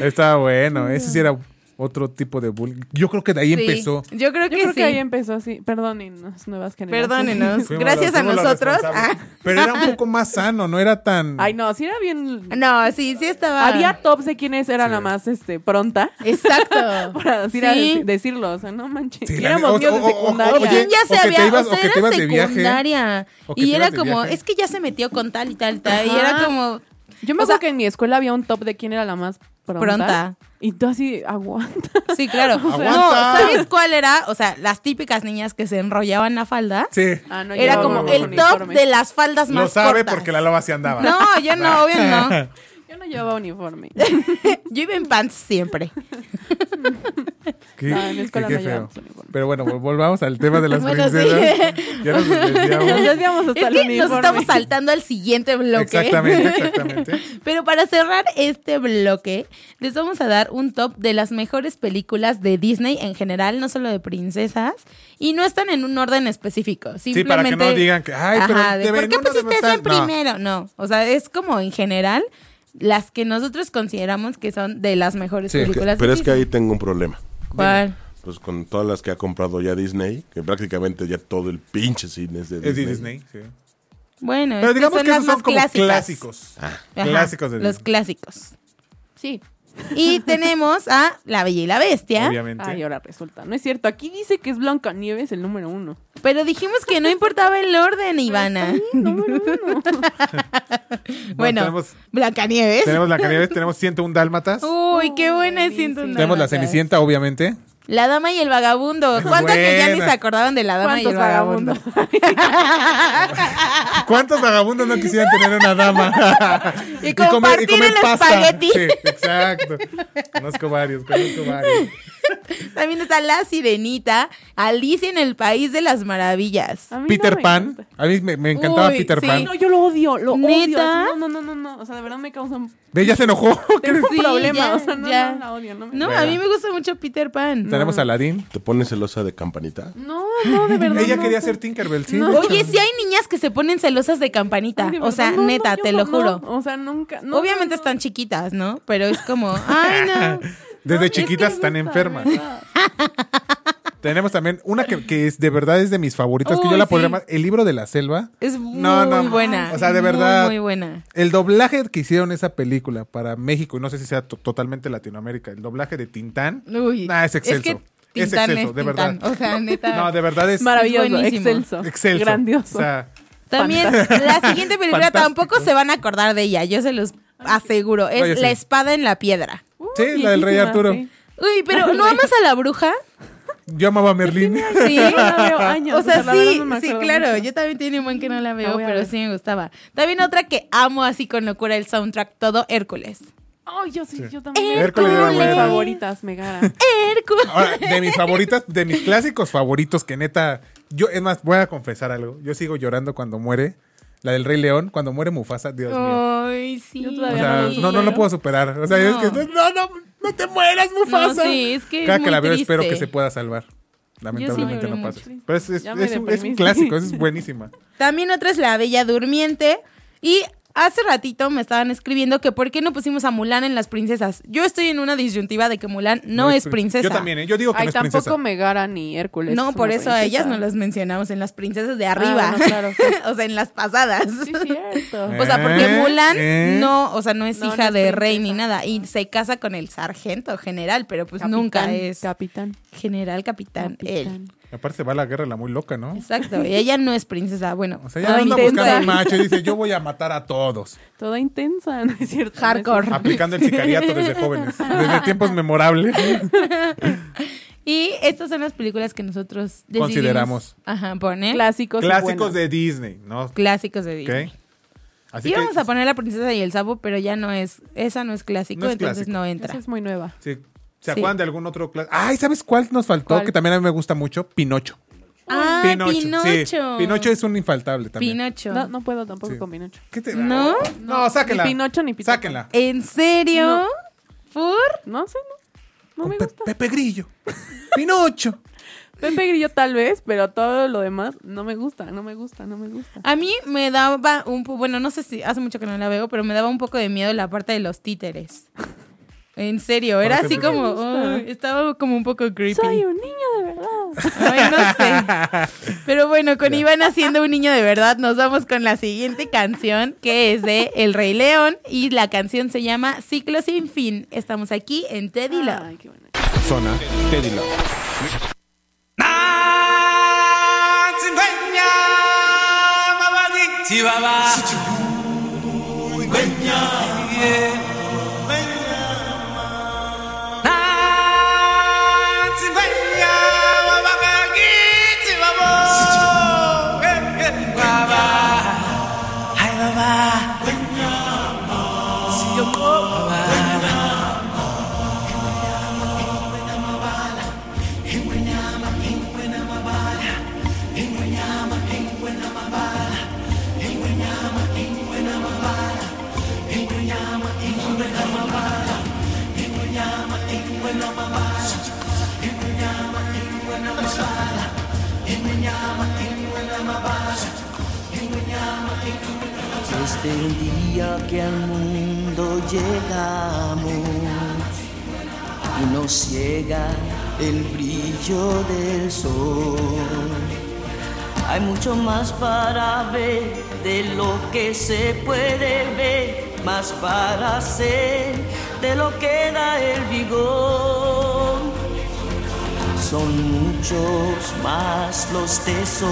S4: Está bueno. Ese sí era otro tipo de bullying. Yo creo que de ahí
S3: Sí,
S4: empezó.
S3: Yo creo que
S5: Yo creo
S3: sí.
S5: que ahí empezó así. Perdónenos, nuevas generaciones.
S3: Perdónenos.
S4: Fuimos
S3: Gracias
S4: los-
S3: a
S4: fuimos los
S3: nosotros. Ah.
S4: responsables. Pero era un poco más sano, no era tan.
S5: Ay, no, sí era bien.
S3: Ah, no, sí, sí estaba.
S5: Había tops de quiénes era la más este, pronta <laughs>
S3: Exacto.
S5: para decir-
S3: Sí.
S5: decirlo. O sea, no manches.
S4: Sí, la
S5: Éramos
S4: neta, o-
S5: niños de
S4: o- o-
S5: secundaria.
S4: oye,
S3: ¿Quién ya
S4: o
S3: se
S4: que te
S3: había,
S4: ibas-
S3: o
S4: o
S3: sea,
S4: que te
S3: era
S4: ibas de viaje,
S3: secundaria
S4: o que
S3: y
S4: te
S3: era
S4: ibas de
S3: como,
S4: viaje.
S3: es que ya se metió con tal y tal y tal, y
S5: Ajá.
S3: era como,
S5: Yo me
S3: O sea-
S5: acuerdo que en mi escuela había un top de quién era la más pronta.
S3: Pronta.
S5: Y tú así,
S4: <laughs>
S5: aguanta.
S3: sí, claro. No,
S4: Aguanta.
S3: ¿sabes cuál era? O sea, las típicas niñas que se enrollaban la falda,
S4: Sí.
S5: Ah, no,
S3: era
S5: yo
S3: como
S5: con
S3: el top
S5: uniforme.
S3: de las faldas más
S4: Lo sabe
S3: cortas.
S4: porque la loba se andaba.
S3: No, yo no, obvio no.
S5: Yo no llevaba uniforme.
S3: <laughs> Yo iba en pants siempre.
S4: <laughs> Qué,
S5: No, en mi escuela
S4: qué
S5: no
S4: feo.
S5: llevamos uniforme.
S4: Pero bueno, vol- volvamos al tema de las
S3: Bueno, sí.
S4: princesas.
S3: <laughs>
S4: Ya nos
S5: Nos
S4: desviamos.
S5: desviamos hasta
S3: Es
S5: el
S3: que nos
S5: uniforme.
S3: estamos saltando al siguiente bloque.
S4: Exactamente, exactamente.
S3: Pero para cerrar este bloque, les vamos a dar un top de las mejores películas de Disney en general, no solo de princesas, y no están en un orden específico.
S4: Sí, para que
S3: Simplemente-
S4: no digan que, "Ay, pero
S3: Ajá, de,
S4: deben
S3: ¿por qué
S4: uno de
S3: pusiste eso
S4: votar".
S3: en
S4: No.
S3: primero? No, o sea, es como en general las que nosotros consideramos que son de las mejores
S4: Sí,
S3: películas.
S8: Pero
S3: de
S8: es que
S3: Disney.
S8: ahí tengo un problema.
S3: ¿Cuál?
S8: Pues con todas las que ha comprado ya Disney, que prácticamente ya todo el pinche cine es de Disney.
S4: Es de Disney, sí.
S3: Bueno, es
S4: Pero
S3: que
S4: digamos
S3: Este, son
S4: que
S3: las
S4: esos
S3: más
S4: son como
S3: clásicas.
S4: clásicos.
S3: Ajá,
S4: Clásicos de
S3: Los
S4: Disney.
S3: clásicos.
S5: Sí.
S3: Y tenemos a La Bella y la
S4: <laughs>
S3: Bestia.
S4: Obviamente.
S5: Ay, ahora resulta. No es cierto. Aquí dice que es Blancanieves el número uno.
S3: Pero dijimos que no importaba el orden, Ivana. bueno,
S4: tenemos-
S3: Blancanieves.
S4: <laughs> Tenemos la Canieves, tenemos 101 Dálmatas.
S3: Uy, qué buena es Cinto
S4: tenemos la Cenicienta, obviamente.
S3: La dama y el vagabundo. ¿Cuánto que ya ni
S4: Buena.
S3: se acordaban de la dama y el
S5: ¿Cuántos
S3: vagabundo?
S5: vagabundos?
S3: Ah,
S4: ¿Cuántos vagabundos no quisieran tener una dama?
S3: <laughs> Y compartir el espagueti.
S4: Sí, exacto. Conozco varios, conozco varios.
S3: <laughs> También está la sirenita, Alicia en el País de las Maravillas.
S5: A mí no
S4: Peter
S5: me
S4: Pan.
S5: encanta.
S4: A mí me, me encantaba
S3: Uy,
S4: Peter
S3: sí.
S4: Pan.
S5: No, yo lo odio, lo odio.
S3: ¿Neta?
S5: así, No, no, no, no, no. O sea, de verdad me
S3: <laughs>
S5: causa un
S4: Ve, ya se enojó.
S5: tengo
S3: Sí,
S5: un problema.
S3: ya,
S5: o sea, no,
S3: ya.
S5: no la odio. No, me-
S3: No, a mí me gusta mucho Peter Pan.
S4: Tenemos a Aladdin.
S8: ¿Te pones celosa de campanita?
S5: no, no, de verdad.
S4: Ella
S5: no.
S4: quería ser Tinkerbell, sí. de hecho.
S3: Oye, sí hay niñas que se ponen celosas de campanita.
S5: Ay, de
S3: o sea,
S5: verdad, no,
S3: neta,
S5: no,
S3: te
S5: yo
S3: lo
S5: no,
S3: juro.
S5: no, o sea, nunca. no,
S3: Obviamente
S5: no, no.
S3: están chiquitas, ¿no?
S4: <laughs>
S3: Pero es como, ay, no.
S4: Desde
S5: Es que
S4: chiquitas
S5: me
S4: están
S5: gusta,
S4: enfermas.
S5: de verdad.
S4: Tenemos también una que, que es de verdad es de mis favoritas, que yo
S3: Uy,
S4: la podría
S3: sí.
S4: más. El libro de la selva.
S3: Es muy
S4: No, no,
S3: buena.
S4: o sea, de
S3: muy,
S4: verdad.
S3: Muy, buena.
S4: El doblaje que hicieron esa película para México, y no sé si sea to- totalmente Latinoamérica, el doblaje de Tintán.
S9: Uy,
S4: Nah, es excelso.
S9: que
S4: Es
S9: Tintán
S4: excelso, de
S9: Tintán.
S4: verdad.
S9: O sea, neta.
S4: No, de verdad es
S5: Maravilloso,
S3: buenísimo.
S5: excelso.
S4: excelso.
S5: Grandioso.
S4: O sea,
S3: También la siguiente película
S4: Fantástico.
S3: tampoco se van a acordar de ella, yo se los
S5: Ah,
S3: aseguro. Es
S4: No, yo sí.
S3: La espada en la piedra.
S4: sí, la del Rey
S5: viejísima,
S4: Arturo.
S5: sí.
S3: Uy, pero ¿no amas a la bruja?
S4: Yo amaba a Merlín.
S3: Sí.
S5: Yo la veo años,
S3: O sea,
S5: la verdad
S3: sí,
S5: no me
S3: sí,
S5: acuerdo
S3: claro.
S5: mucho.
S3: Yo también tenía un buen que no la veo,
S5: voy a
S3: pero
S5: ver.
S3: sí me gustaba. También otra que amo así con locura el soundtrack todo, Hércules.
S5: Ay, yo sí, yo también.
S4: Hércules era
S5: de mis
S4: buena.
S5: favoritas,
S4: <laughs>
S5: Megara.
S3: Hércules.
S4: <laughs> Ahora, de mis favoritas, de mis clásicos favoritos, que neta. Yo, es más, voy a confesar algo. Yo sigo llorando cuando muere. La del Rey León, cuando muere Mufasa, Dios
S3: Oh,
S4: mío.
S3: Ay, sí.
S5: Yo
S4: O
S5: todavía
S4: sea,
S5: no lo
S4: no, no lo puedo superar. O sea,
S3: No.
S4: es que no, no, no te mueras,
S3: No,
S4: Mufasa.
S3: sí, es que
S4: Cada
S3: es
S4: que
S3: muy
S4: la veo
S3: triste.
S4: espero que se pueda salvar. Lamentablemente
S3: lloré
S4: no
S3: mucho.
S4: pasa. Pero es, es-
S5: Ya me
S4: es un, es un
S3: <laughs>
S5: deprimí.
S4: clásico, es buenísima.
S3: También otra es La Bella Durmiente. Y hace ratito me estaban escribiendo que por qué no pusimos a Mulan en las princesas. Yo estoy en una disyuntiva de que Mulan no, es princesa.
S4: Yo también, ¿eh? yo digo que
S5: Ay,
S4: no es
S5: tampoco
S4: princesa.
S5: Megara ni Hércules.
S3: No,
S5: es
S3: por
S5: una
S3: eso a ellas
S5: princesa.
S3: no las mencionamos en las princesas de arriba.
S5: bueno, claro, sí.
S3: <laughs> o sea, en las pasadas.
S5: Sí, cierto.
S3: O sea, porque
S4: ¿Eh?
S3: Mulan
S4: ¿Eh?
S3: no, o sea, no es
S5: No, no
S3: hija
S5: es
S3: de rey
S5: princesa.
S3: ni nada. Y se casa con el sargento general, pero pues
S5: Capitán,
S3: nunca es
S5: Capitán.
S3: general, capitán, él.
S5: capitán.
S4: Aparte se va a la guerra la muy loca, ¿no?
S3: Exacto. Y ella no es princesa. Bueno,
S4: O sea, ya
S5: Ah,
S4: anda
S5: intensa.
S4: buscando el macho y dice, yo voy a matar
S3: <laughs>
S4: a todos.
S5: Toda intensa, <laughs> ¿no es cierto?
S3: hardcore.
S4: Aplicando el sicariato desde jóvenes. Desde
S3: <laughs>
S4: tiempos memorables.
S3: Y estas son las películas que nosotros decidimos,
S4: Consideramos.
S3: Ajá, poner
S5: Clásicos. y
S4: ¿Eh? Clásicos
S5: buenos.
S4: de Disney, ¿no? ¿Ok?
S3: clásicos de Disney.
S4: Así que,
S3: Íbamos a poner La princesa y el sapo, pero ya no es, esa no es clásico,
S4: No es
S3: entonces
S4: clásico.
S3: no
S5: Esa
S3: entra.
S5: es muy nueva.
S4: si- ¿Se
S3: Sí.
S4: acuerdan de algún otro clásico? Ay, ¿sabes cuál nos faltó?
S5: ¿Cuál?
S4: Que también a mí me gusta mucho. Pinocho.
S3: Ah, Pinocho.
S4: sí. Pinocho es un infaltable también.
S3: Pinocho.
S5: No, no puedo tampoco
S4: Sí.
S5: con Pinocho.
S4: ¿Qué te-
S3: ¿No?
S4: No, sáquenla.
S5: Ni Pinocho ni Pinocho.
S4: Sáquenla.
S3: ¿En serio? ¿Por?
S5: No sé, no. No me
S4: Pe-
S5: gusta.
S4: Pepe Grillo. <laughs> Pinocho.
S5: Pepe Grillo tal vez, pero todo lo demás no me gusta, no me gusta, no me gusta.
S3: A mí me daba un poco, bueno, no sé si hace mucho que no la veo, pero me daba un poco de miedo la parte de los títeres. En serio, era
S4: Por
S3: así
S4: ejemplo.
S3: como, "Ay", estaba como un poco creepy.
S5: Soy un niño de verdad. <laughs>
S3: Ay, no
S4: <laughs>
S3: sé. Pero bueno, con Iván haciendo un niño de verdad, nos vamos con la siguiente canción, que es de El Rey León, y la canción se llama Ciclo sin fin. Estamos aquí en Teddy Love.
S5: Ay, qué bueno.
S4: Zona Teddy Love.
S7: Desde el Este día que al mundo llegamos y nos ciega el brillo del sol. Hay mucho más para ver de lo que se puede ver, más para hacer de lo que da el vigor. Son muchos más los tesoros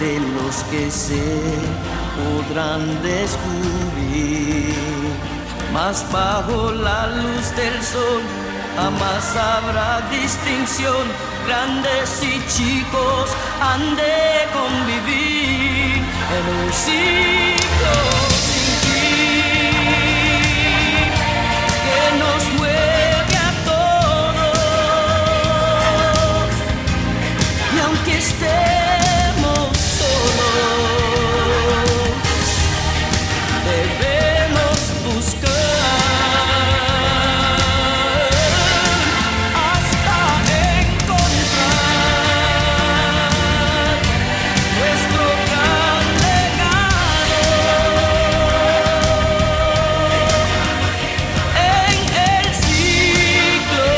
S7: de los que se podrán descubrir. Mas bajo la luz del sol jamás habrá distinción. Grandes y chicos han de convivir en un ciclo sin fin que nos mueve a todos. Y aunque estemos solos, debemos buscar hasta encontrar nuestro gran legado en el ciclo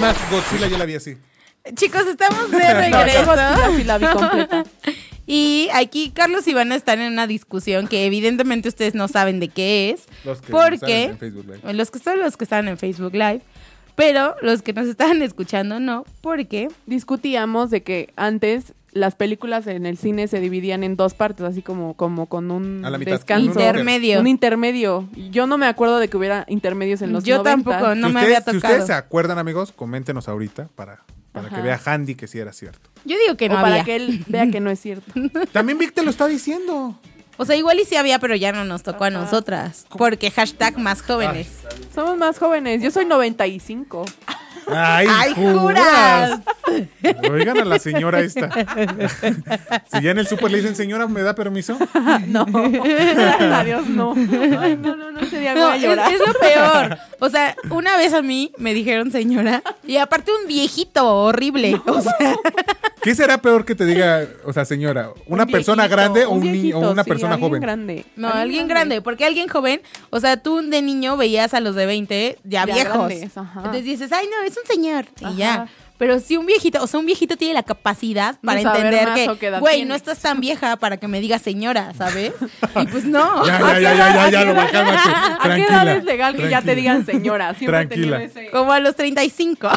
S4: más, Godzilla yo la vi así.
S3: Chicos, estamos
S4: <laughs>
S3: de regreso.
S5: Godzilla sí la <laughs> vi completa.
S3: Y aquí Carlos y Ivana están en una discusión que evidentemente ustedes no saben de qué es.
S4: Los que
S3: porque
S4: salen en Facebook Live.
S3: los que son los que están en Facebook Live, pero los que nos estaban escuchando no, porque
S5: discutíamos de que antes las películas en el cine se dividían en dos partes, así como, como con un
S4: A la mitad,
S5: descanso.
S4: con un Interme-
S3: intermedio.
S5: Un intermedio. Yo no me acuerdo de que hubiera intermedios en los
S3: Yo
S5: 90.
S3: tampoco, no
S4: si
S3: me
S4: ustedes,
S3: había
S4: si
S3: tocado.
S4: ustedes se acuerdan, amigos, coméntenos ahorita para, para que
S5: Ajá.
S4: vea Handy que sí era cierto.
S3: Yo digo que
S5: o
S3: no
S5: para
S3: había.
S5: que él vea que no es cierto.
S4: También Vic te lo está
S5: <laughs>
S4: diciendo.
S3: O sea, igual y sí había, pero ya no nos tocó a nosotras, porque hashtag más jóvenes.
S5: Somos más jóvenes. Yo soy 95.
S4: ¡Ay,
S3: ¡Ay,
S4: juras!
S3: juras!
S4: Oigan a la señora esta. <laughs> si ya en el súper le dicen, señora, ¿me da permiso?
S5: No. <laughs> Gracias a Dios, no. Ay, no, no, no. Sería
S3: No,
S5: voy a
S3: es,
S5: llorar.
S3: es lo peor. O sea, una vez a mí me dijeron señora, y aparte un viejito horrible. O sea,
S4: ¿Qué será peor que te diga, o sea, señora, una
S5: Un
S4: persona
S5: viejito,
S4: grande o, un ni-
S5: viejito,
S4: o una
S5: sí,
S4: persona
S5: alguien
S4: joven?
S5: grande.
S3: no, alguien grande, porque alguien joven, o sea, tú de niño veías a los de 20 ya,
S5: Ya
S3: viejos.
S5: grandes, ajá.
S3: Entonces dices, ay, no, es un señor. Y
S5: Ajá.
S3: ya. Pero si un viejito, o sea, un viejito tiene la capacidad para
S5: saber
S3: entender
S5: más o qué
S3: que,
S5: edad
S3: güey,
S5: tiene".
S3: no estás tan vieja para que me digas señora,
S4: <laughs>
S3: ¿sabes? Y pues no.
S4: Ya, ya, ya, ya, ya, ya, lo voy a calmar.
S5: ¿A qué
S4: Tranquila.
S5: edad es legal que ya
S4: tranquila.
S5: te digan señora? <laughs> Siempre he tenido
S4: Tranquila.
S5: ese-
S3: Como a los
S5: <laughs>
S3: 35.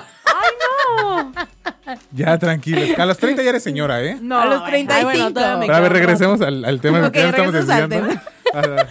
S5: ¡Ay,
S4: Ya, tranquila. A los 30 ya eres señora, ¿eh?
S5: no!
S3: A los
S5: Ay, bueno,
S3: 35.
S5: todavía me
S4: Pero a ver,
S5: quedo.
S4: regresemos al, al tema
S3: Ok,
S4: que ya estamos
S3: regresemos al
S4: desviando. <laughs>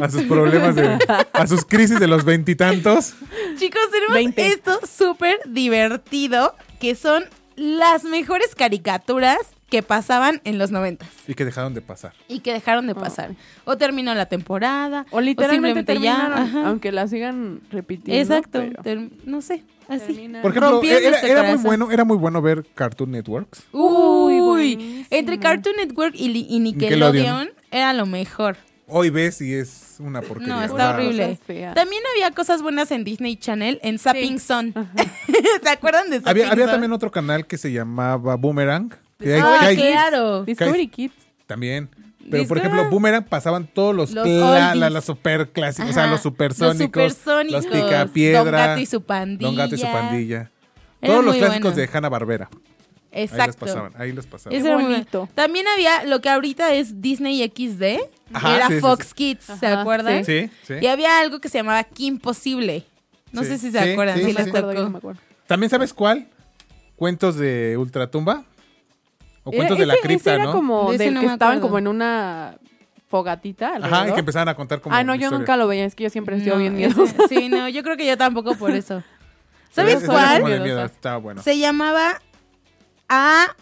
S4: A, a sus problemas, de, a sus crisis de los veintitantos.
S3: Chicos, tenemos
S5: 20.
S3: esto súper divertido, que son las mejores caricaturas que pasaban en los noventas
S4: Y que dejaron de pasar.
S3: y que dejaron de pasar. O terminó la temporada.
S5: Oh. O literalmente
S3: simplemente ya,
S5: terminaron,
S3: ajá.
S5: aunque la sigan repitiendo.
S3: Exacto.
S5: pero
S3: ter- no sé. Así.
S5: terminan.
S4: Por ejemplo,
S3: Rompiendo
S4: era,
S3: este
S4: era muy
S3: corazón.
S4: bueno, era muy bueno ver Cartoon Networks.
S5: Uy,
S3: Uy,
S5: buenísimo.
S3: entre Cartoon Network y, li- y
S4: Nickelodeon.
S3: Nickelodeon era lo mejor.
S4: Hoy ves y es una porquería.
S3: No,
S4: O sea,
S3: está
S5: Puras
S3: horrible.
S5: cosas feas.
S3: También había cosas buenas en Disney Channel, en Sapping Zone. <laughs> ¿Se acuerdan de Sapping
S4: Había, había
S3: Zone?
S4: también otro canal que se llamaba Boomerang. que hay-
S3: Ah,
S4: que hay-
S3: claro.
S5: Discovery Kids.
S4: También. Pero,
S3: Disco-
S4: por ejemplo, Boomerang pasaban todos los,
S3: Los
S4: cla- la-
S3: oldies.
S4: los super clásicos, o
S3: Ajá.
S4: sea, los supersónicos,
S3: Los supersónicos,
S4: los picapiedra,
S3: Don Gato y su pandilla.
S4: Don Gato y su pandilla.
S3: Era
S4: todos los
S3: muy
S4: clásicos
S3: bueno.
S4: de Hanna Barbera.
S3: Exacto.
S4: Ahí los pasaban, ahí los pasaban.
S3: Eso
S5: Qué
S3: era muy
S5: bonito.
S3: bueno. También había lo que ahorita es Disney XD,
S4: Ajá,
S3: que era
S4: sí, sí,
S3: Fox
S4: sí.
S3: Kids, ¿se
S5: Ajá,
S3: acuerdan?
S4: Sí, sí.
S3: Y había algo que se llamaba Kim Posible. No
S4: Sí.
S3: sé si se
S4: Sí,
S3: acuerdan,
S4: sí,
S3: si
S4: sí,
S3: les
S4: sí.
S5: Recuerdo, yo no me
S3: tocó.
S5: acuerdo.
S4: ¿También sabes cuál? Cuentos de Ultratumba. O
S5: Era-
S4: cuentos de la
S5: Eh, ese- ese
S4: cripta,
S5: era
S4: ¿no?
S5: como
S3: De ese
S5: del
S3: no
S5: que
S3: me
S5: estaban
S3: acuerdo.
S5: como en una fogatita.
S4: Ajá, y
S5: alrededor.
S4: que empezaban a contar como.
S5: Ah, no, yo nunca lo veía. Es que yo siempre estoy bien miedosa.
S3: ese- sí, no, yo creo que yo tampoco por eso.
S4: <laughs>
S3: ¿Sabes cuál?
S4: Estaba bueno.
S3: Se llamaba A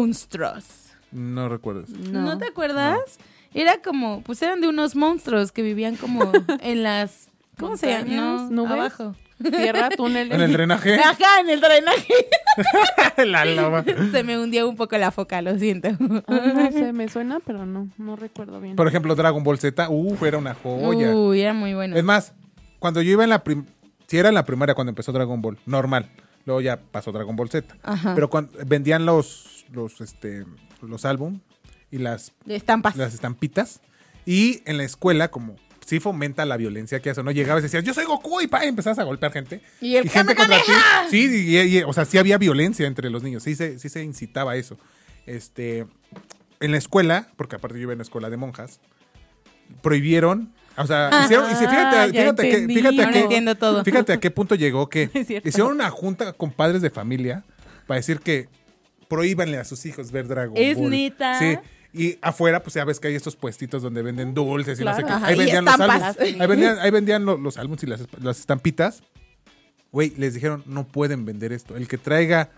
S3: Monstruos.
S4: No recuerdo.
S5: <laughs>
S4: eso.
S3: ¿No, te acuerdas? Era como, pues eran de unos monstruos que vivían
S5: <laughs>
S3: como en las, ¿cómo se llama? No,
S5: Montañas, nubes.
S3: abajo.
S5: Tierra, túnel.
S4: En el
S5: <laughs>
S4: drenaje.
S3: Ajá, en el drenaje.
S4: <laughs>
S5: Ah,
S4: la lava.
S3: <laughs> Se me hundió un poco la foca, lo siento.
S5: Ay, no sé, me suena, pero no, no recuerdo bien.
S4: Por ejemplo, Dragon Ball Z. Uf, era una joya.
S5: Uh,
S3: Uy, era muy bueno.
S4: Oh, Es más, cuando yo iba en la prim si era en la primaria cuando empezó Dragon Ball, normal. Luego ya pasó Dragon Ball Z.
S3: Ajá.
S4: Pero cuando vendían los los este los álbum y las
S3: De estampas.
S4: las estampitas y en la escuela como sí fomenta la violencia que eso no llegabas y decías yo soy Goku y pa y empezabas a golpear gente
S3: Y el
S4: gente contra ti
S3: Kamehameha.
S4: sí y- y- o sea sí había violencia entre los niños sí se sí se incitaba a eso este en la escuela porque aparte yo iba en la escuela de monjas prohibieron o sea, hicieron, y se-
S5: Ah,
S4: fíjate,
S5: ya
S4: fíjate, a qué-
S5: entendí.
S4: fíjate, a
S5: Ahora
S4: qué-
S3: entiendo todo.
S4: fíjate a qué punto llegó
S5: <laughs>
S4: que
S5: Es cierto.
S4: hicieron una junta con padres de familia para decir que prohíbanle a sus hijos ver Dragon
S3: Es
S4: Ball.
S3: neta.
S4: Sí. Y afuera, pues ya ves que hay estos puestitos donde venden dulces y no sé
S5: Claro.
S4: qué.
S3: Ajá,
S4: Ahí
S3: y
S4: vendían, los
S3: estampas.
S4: álbumes, ahí vendían, ahí vendían lo- los álbumes y las, esp- las estampitas. Güey, les dijeron, no pueden vender esto. El que traiga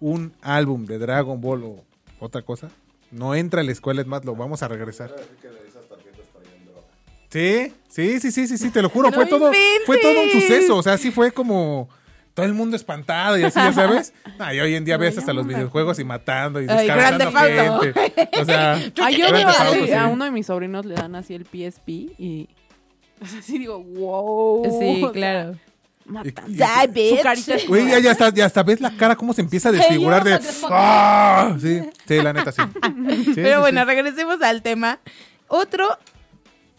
S4: un álbum de Dragon Ball o otra cosa, no entra a la escuela, es más, lo vamos a regresar. Sí, sí, sí, sí, sí, sí, te lo
S3: <laughs>
S4: juro,
S3: No
S4: fue todo, fue todo un
S3: inventes.
S4: suceso, o sea, sí fue como todo el mundo espantado y así,
S3: <laughs>
S4: ya sabes. Ah, y hoy en día ves
S5: ya
S4: hasta los
S5: no me
S4: videojuegos y matando y
S3: Ay,
S4: descargando
S3: Grand Theft Auto.
S4: gente.
S3: <laughs>
S4: O sea,
S5: Ay, Ah, yo
S4: Grand
S5: digo,
S4: Theft Auto,
S5: así,
S4: sí.
S5: a uno de mis sobrinos le dan así el PSP <laughs> y así digo, wow.
S3: Sí,
S5: O sea,
S3: claro.
S5: mata.
S4: Y- y-
S3: Die, bitch.
S5: Su
S3: <laughs>
S5: carita es-
S4: Güey, ya, ya hasta, ya hasta ves la cara cómo se empieza a desfigurar de... ¡Ah! Sí, sí,
S3: <laughs>
S4: la neta, sí. Sí, sí,
S3: Pero bueno,
S4: sí.
S3: regresemos al tema. Otro <laughs>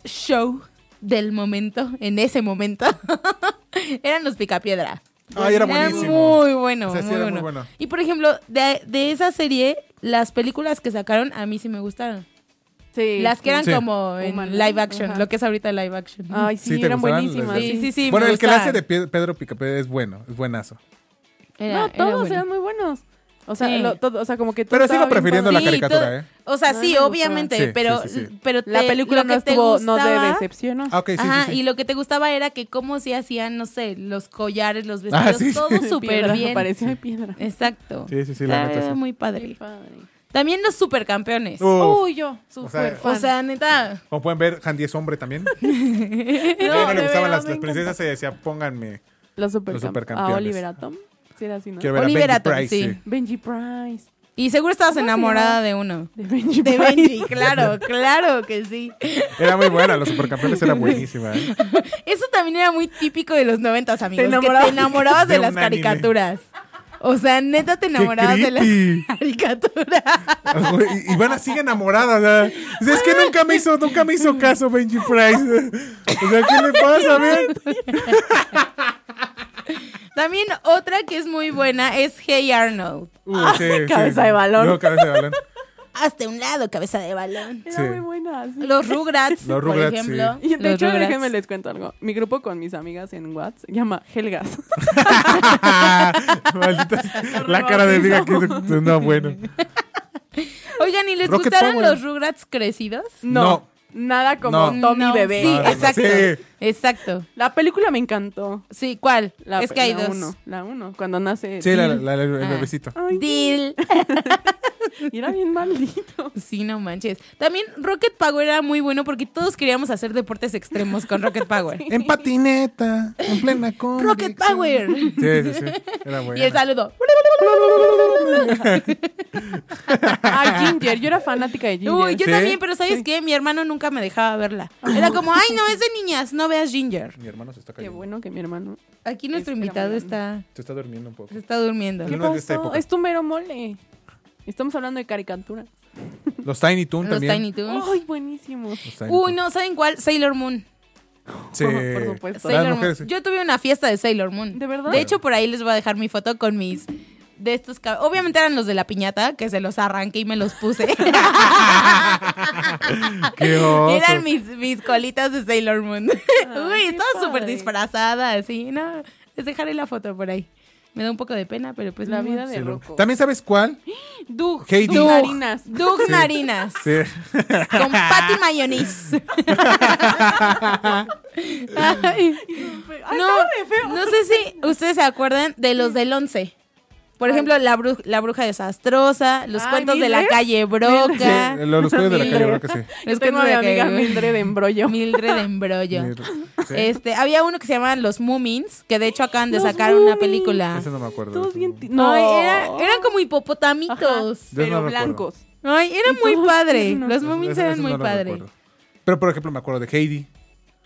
S3: show del momento, en ese momento, eran los Picapiedra.
S4: Ay,
S3: Era
S4: era buenísimo.
S3: Eh, muy bueno,
S4: O sea, sí
S3: muy
S4: era muy
S3: bueno.
S4: bueno.
S3: Y por ejemplo, de, de esa serie, las películas que sacaron a mí sí me gustaron.
S5: Sí.
S3: Las que eran
S4: Sí.
S3: como en
S5: Humanas,
S3: live action,
S5: ajá.
S3: lo que es ahorita live action.
S5: Ay, sí,
S4: ¿Sí te
S5: eran
S4: gustaban?
S5: buenísimas.
S4: Sí,
S5: sí.
S3: sí, sí.
S4: bueno,
S3: me
S4: el que la hace
S3: gustaban.
S4: de Pie- Pedro Picapé es bueno, es buenazo.
S3: Era-
S5: No,
S3: era
S5: todos
S3: bueno.
S5: eran muy buenos. O sea,
S3: Sí.
S5: lo- todo- o sea como que todo
S4: Pero
S5: estaba
S4: sigo
S5: bien
S4: prefiriendo la
S5: padre.
S3: Sí,
S4: caricatura,
S3: todo-
S4: ¿eh?
S3: O sea,
S5: A mí
S3: sí,
S5: me
S3: obviamente,
S4: gustaba. Sí,
S3: pero,
S4: sí, sí, sí.
S3: pero
S5: La
S3: te-
S5: película
S3: lo
S5: no
S3: que te
S5: estuvo, no te
S3: gustaba-
S5: decepcionó.
S4: Ah, ok, sí, sí,
S3: Ajá,
S4: sí.
S3: y lo que te gustaba era que cómo se hacían, no sé, los collares, los vestidos,
S4: Ah, sí, sí.
S3: todo
S4: <laughs>
S3: súper
S5: Piedra,
S3: bien.
S5: Parecía de piedra.
S3: Exacto.
S4: Sí, sí, sí, la neta,
S3: Estaba
S4: sí.
S3: muy
S5: Qué
S3: padre.
S5: padre.
S3: También los supercampeones.
S4: Uf.
S5: Uy, yo, súper
S4: sea,
S3: o
S5: fan.
S3: sea, neta.
S4: Como pueden ver, Handy es
S3: <laughs>
S4: hombre también.
S5: No,
S4: a ella no
S5: <laughs> de
S4: le gustaban las,
S5: verdad, me
S4: las
S5: encanta.
S4: princesas y decía, pónganme.
S5: Los, supercamp-
S4: Los supercampeones.
S5: A Oliver Atom. Sí, era así, ¿no?
S4: Quiero ver
S3: Oliver
S4: a Benji
S3: Atom,
S4: Price.
S3: sí.
S4: sí.
S5: Benji Price.
S3: Y seguro estabas
S5: ¿Cómo se
S3: enamorada
S5: llama?
S3: de uno.
S5: De Benji
S3: De
S5: Price.
S3: Benji, <laughs>
S4: <laughs>
S3: claro, claro que sí.
S4: Era muy buena, los supercampeones era buenísima. ¿eh?
S3: Eso también era muy típico de los noventas, amigos. que
S5: enamorabas-
S3: te enamorabas de,
S4: de
S3: las
S4: un anime.
S3: caricaturas. O sea, neta te enamorabas de las
S4: creepy.
S3: <laughs> caricaturas.
S4: Y Ivana sigue enamorada. o sea, dice, Es que nunca me hizo, nunca me hizo caso Benji Price. O sea, ¿qué le pasa, ver?
S3: También otra que es muy buena es Hey Arnold.
S4: Uh, sí, sí,
S5: cabeza
S4: sí.
S5: de balón.
S4: No, cabeza de balón.
S3: Hazte un lado, cabeza de balón.
S5: <laughs> Era
S4: Sí.
S5: muy buena. sí.
S3: Los Rugrats,
S4: Los
S3: por
S4: Rugrats,
S3: ejemplo.
S5: Y de
S3: Los
S5: hecho,
S3: Rugrats.
S5: déjenme les cuento algo. Mi grupo con mis amigas en WhatsApp se llama Helgas.
S4: <laughs> Maldita sea. La cara de Diga que no, bueno.
S3: Oigan, ¿y les
S4: Rocket
S3: gustaron
S4: Power.
S3: los Rugrats crecidos?
S4: No.
S5: No. Nada como
S4: No.
S5: Tommy
S3: No,
S5: Bebé.
S3: Sí,
S4: No, no, no.
S3: exacto.
S4: Ah, Sí.
S3: Exacto.
S5: La película me encantó.
S3: Sí, ¿cuál?
S5: La,
S3: es que hay
S5: la
S3: dos.
S5: Uno, la uno, cuando nace.
S4: Sí, la,
S5: Bill.
S4: la- la- el bebecito.
S5: Ay,
S3: Deal.
S5: y era
S4: <laughs>
S5: bien maldito.
S3: Sí, no manches. También Rocket Power era muy bueno porque todos queríamos hacer deportes extremos con Rocket
S5: <laughs>
S3: Power.
S4: En patineta, en plena con.
S3: Rocket Power.
S4: Sí, sí, sí. Era
S3: Y el
S4: buena.
S3: saludo.
S5: Ah, Ginger. Yo era fanática de Ginger.
S3: Uy, yo
S4: ¿Sí?
S3: también, pero ¿sabes qué? Mi hermano nunca me dejaba verla. Era como, ay, no, es de niñas, no veas Ginger.
S4: Mi hermano se está
S5: Qué
S4: cayendo.
S5: bueno que mi hermano.
S3: Aquí nuestro
S5: Espérame,
S3: invitado
S5: dame.
S3: está,
S4: Se está durmiendo un poco.
S3: se está durmiendo.
S4: ¿Qué
S5: ¿Qué
S4: no es de esta
S5: pasó?
S4: época.
S5: Es tu mero mole. Estamos hablando de caricatura.
S4: Los Tiny Toon
S3: Los
S4: también.
S3: Tiny Toons.
S5: Ay, buenísimo.
S4: Los Tiny
S3: Uy,
S4: Toon.
S3: no, ¿saben cuál? Sailor Moon.
S4: Sí.
S5: Por supuesto.
S4: Las
S3: Sailor
S4: mujeres,
S3: Moon.
S4: sí.
S3: Yo tuve una fiesta de Sailor Moon.
S5: ¿De verdad?
S3: De hecho, por ahí les voy a dejar mi foto con mis... De estos cab- Obviamente eran los de la piñata, que se los arranqué y me los
S4: <laughs>
S3: puse.
S4: <laughs> Qué oso.
S3: Eran mis, mis colitas de Sailor Moon. <laughs> Uy,
S5: qué
S3: estaba súper
S5: padre.
S3: disfrazada, así, no. Les dejaré la foto por ahí. Me da un poco de pena, pero pues
S5: La
S3: ni
S5: vida
S3: modo.
S5: de Rocco.
S4: También sabes cuál.
S5: Doug.
S4: Heidi.
S5: Doug Narinas. <laughs>
S3: Doug Narinas
S4: Sí.
S3: con Patty Mayonis.
S4: <laughs>
S5: Ay,
S3: no,
S5: estaba re feo.
S3: no sé si ustedes se acuerdan de los del 11. Por ejemplo, la, Bru- la bruja desastrosa, los
S5: Ay,
S3: cuentos de la
S5: Ah, Mildred.
S3: calle
S4: Sí,
S3: Broca,
S4: los, los cuellos de la
S3: Mildred.
S4: calle, creo que sí.
S3: los
S5: Tengo
S3: cuentos
S5: a mi
S3: de la
S5: amiga
S3: calle
S5: Mildred de Embrollo.
S3: Mildred Embrollo.
S4: Sí.
S3: Este, había uno que se llamaba Los Moomins, que de hecho acaban de
S5: Los
S3: sacar una
S5: Moomins.
S3: película.
S4: Ese no me acuerdo.
S5: Todos bien. ti-
S3: No,
S5: No,
S3: era- eran como hipopotamitos.
S4: Yo
S5: pero
S4: no recuerdo.
S5: blancos.
S3: Ay, era
S5: Y
S3: muy
S5: todos
S3: padre.
S5: tiernos.
S3: Los
S4: Ese-
S3: Moomins
S4: ese-
S3: eran
S4: ese
S3: muy
S4: no lo
S3: padre.
S4: recuerdo. Pero, por ejemplo, me acuerdo de Heidi. ¿Ustedes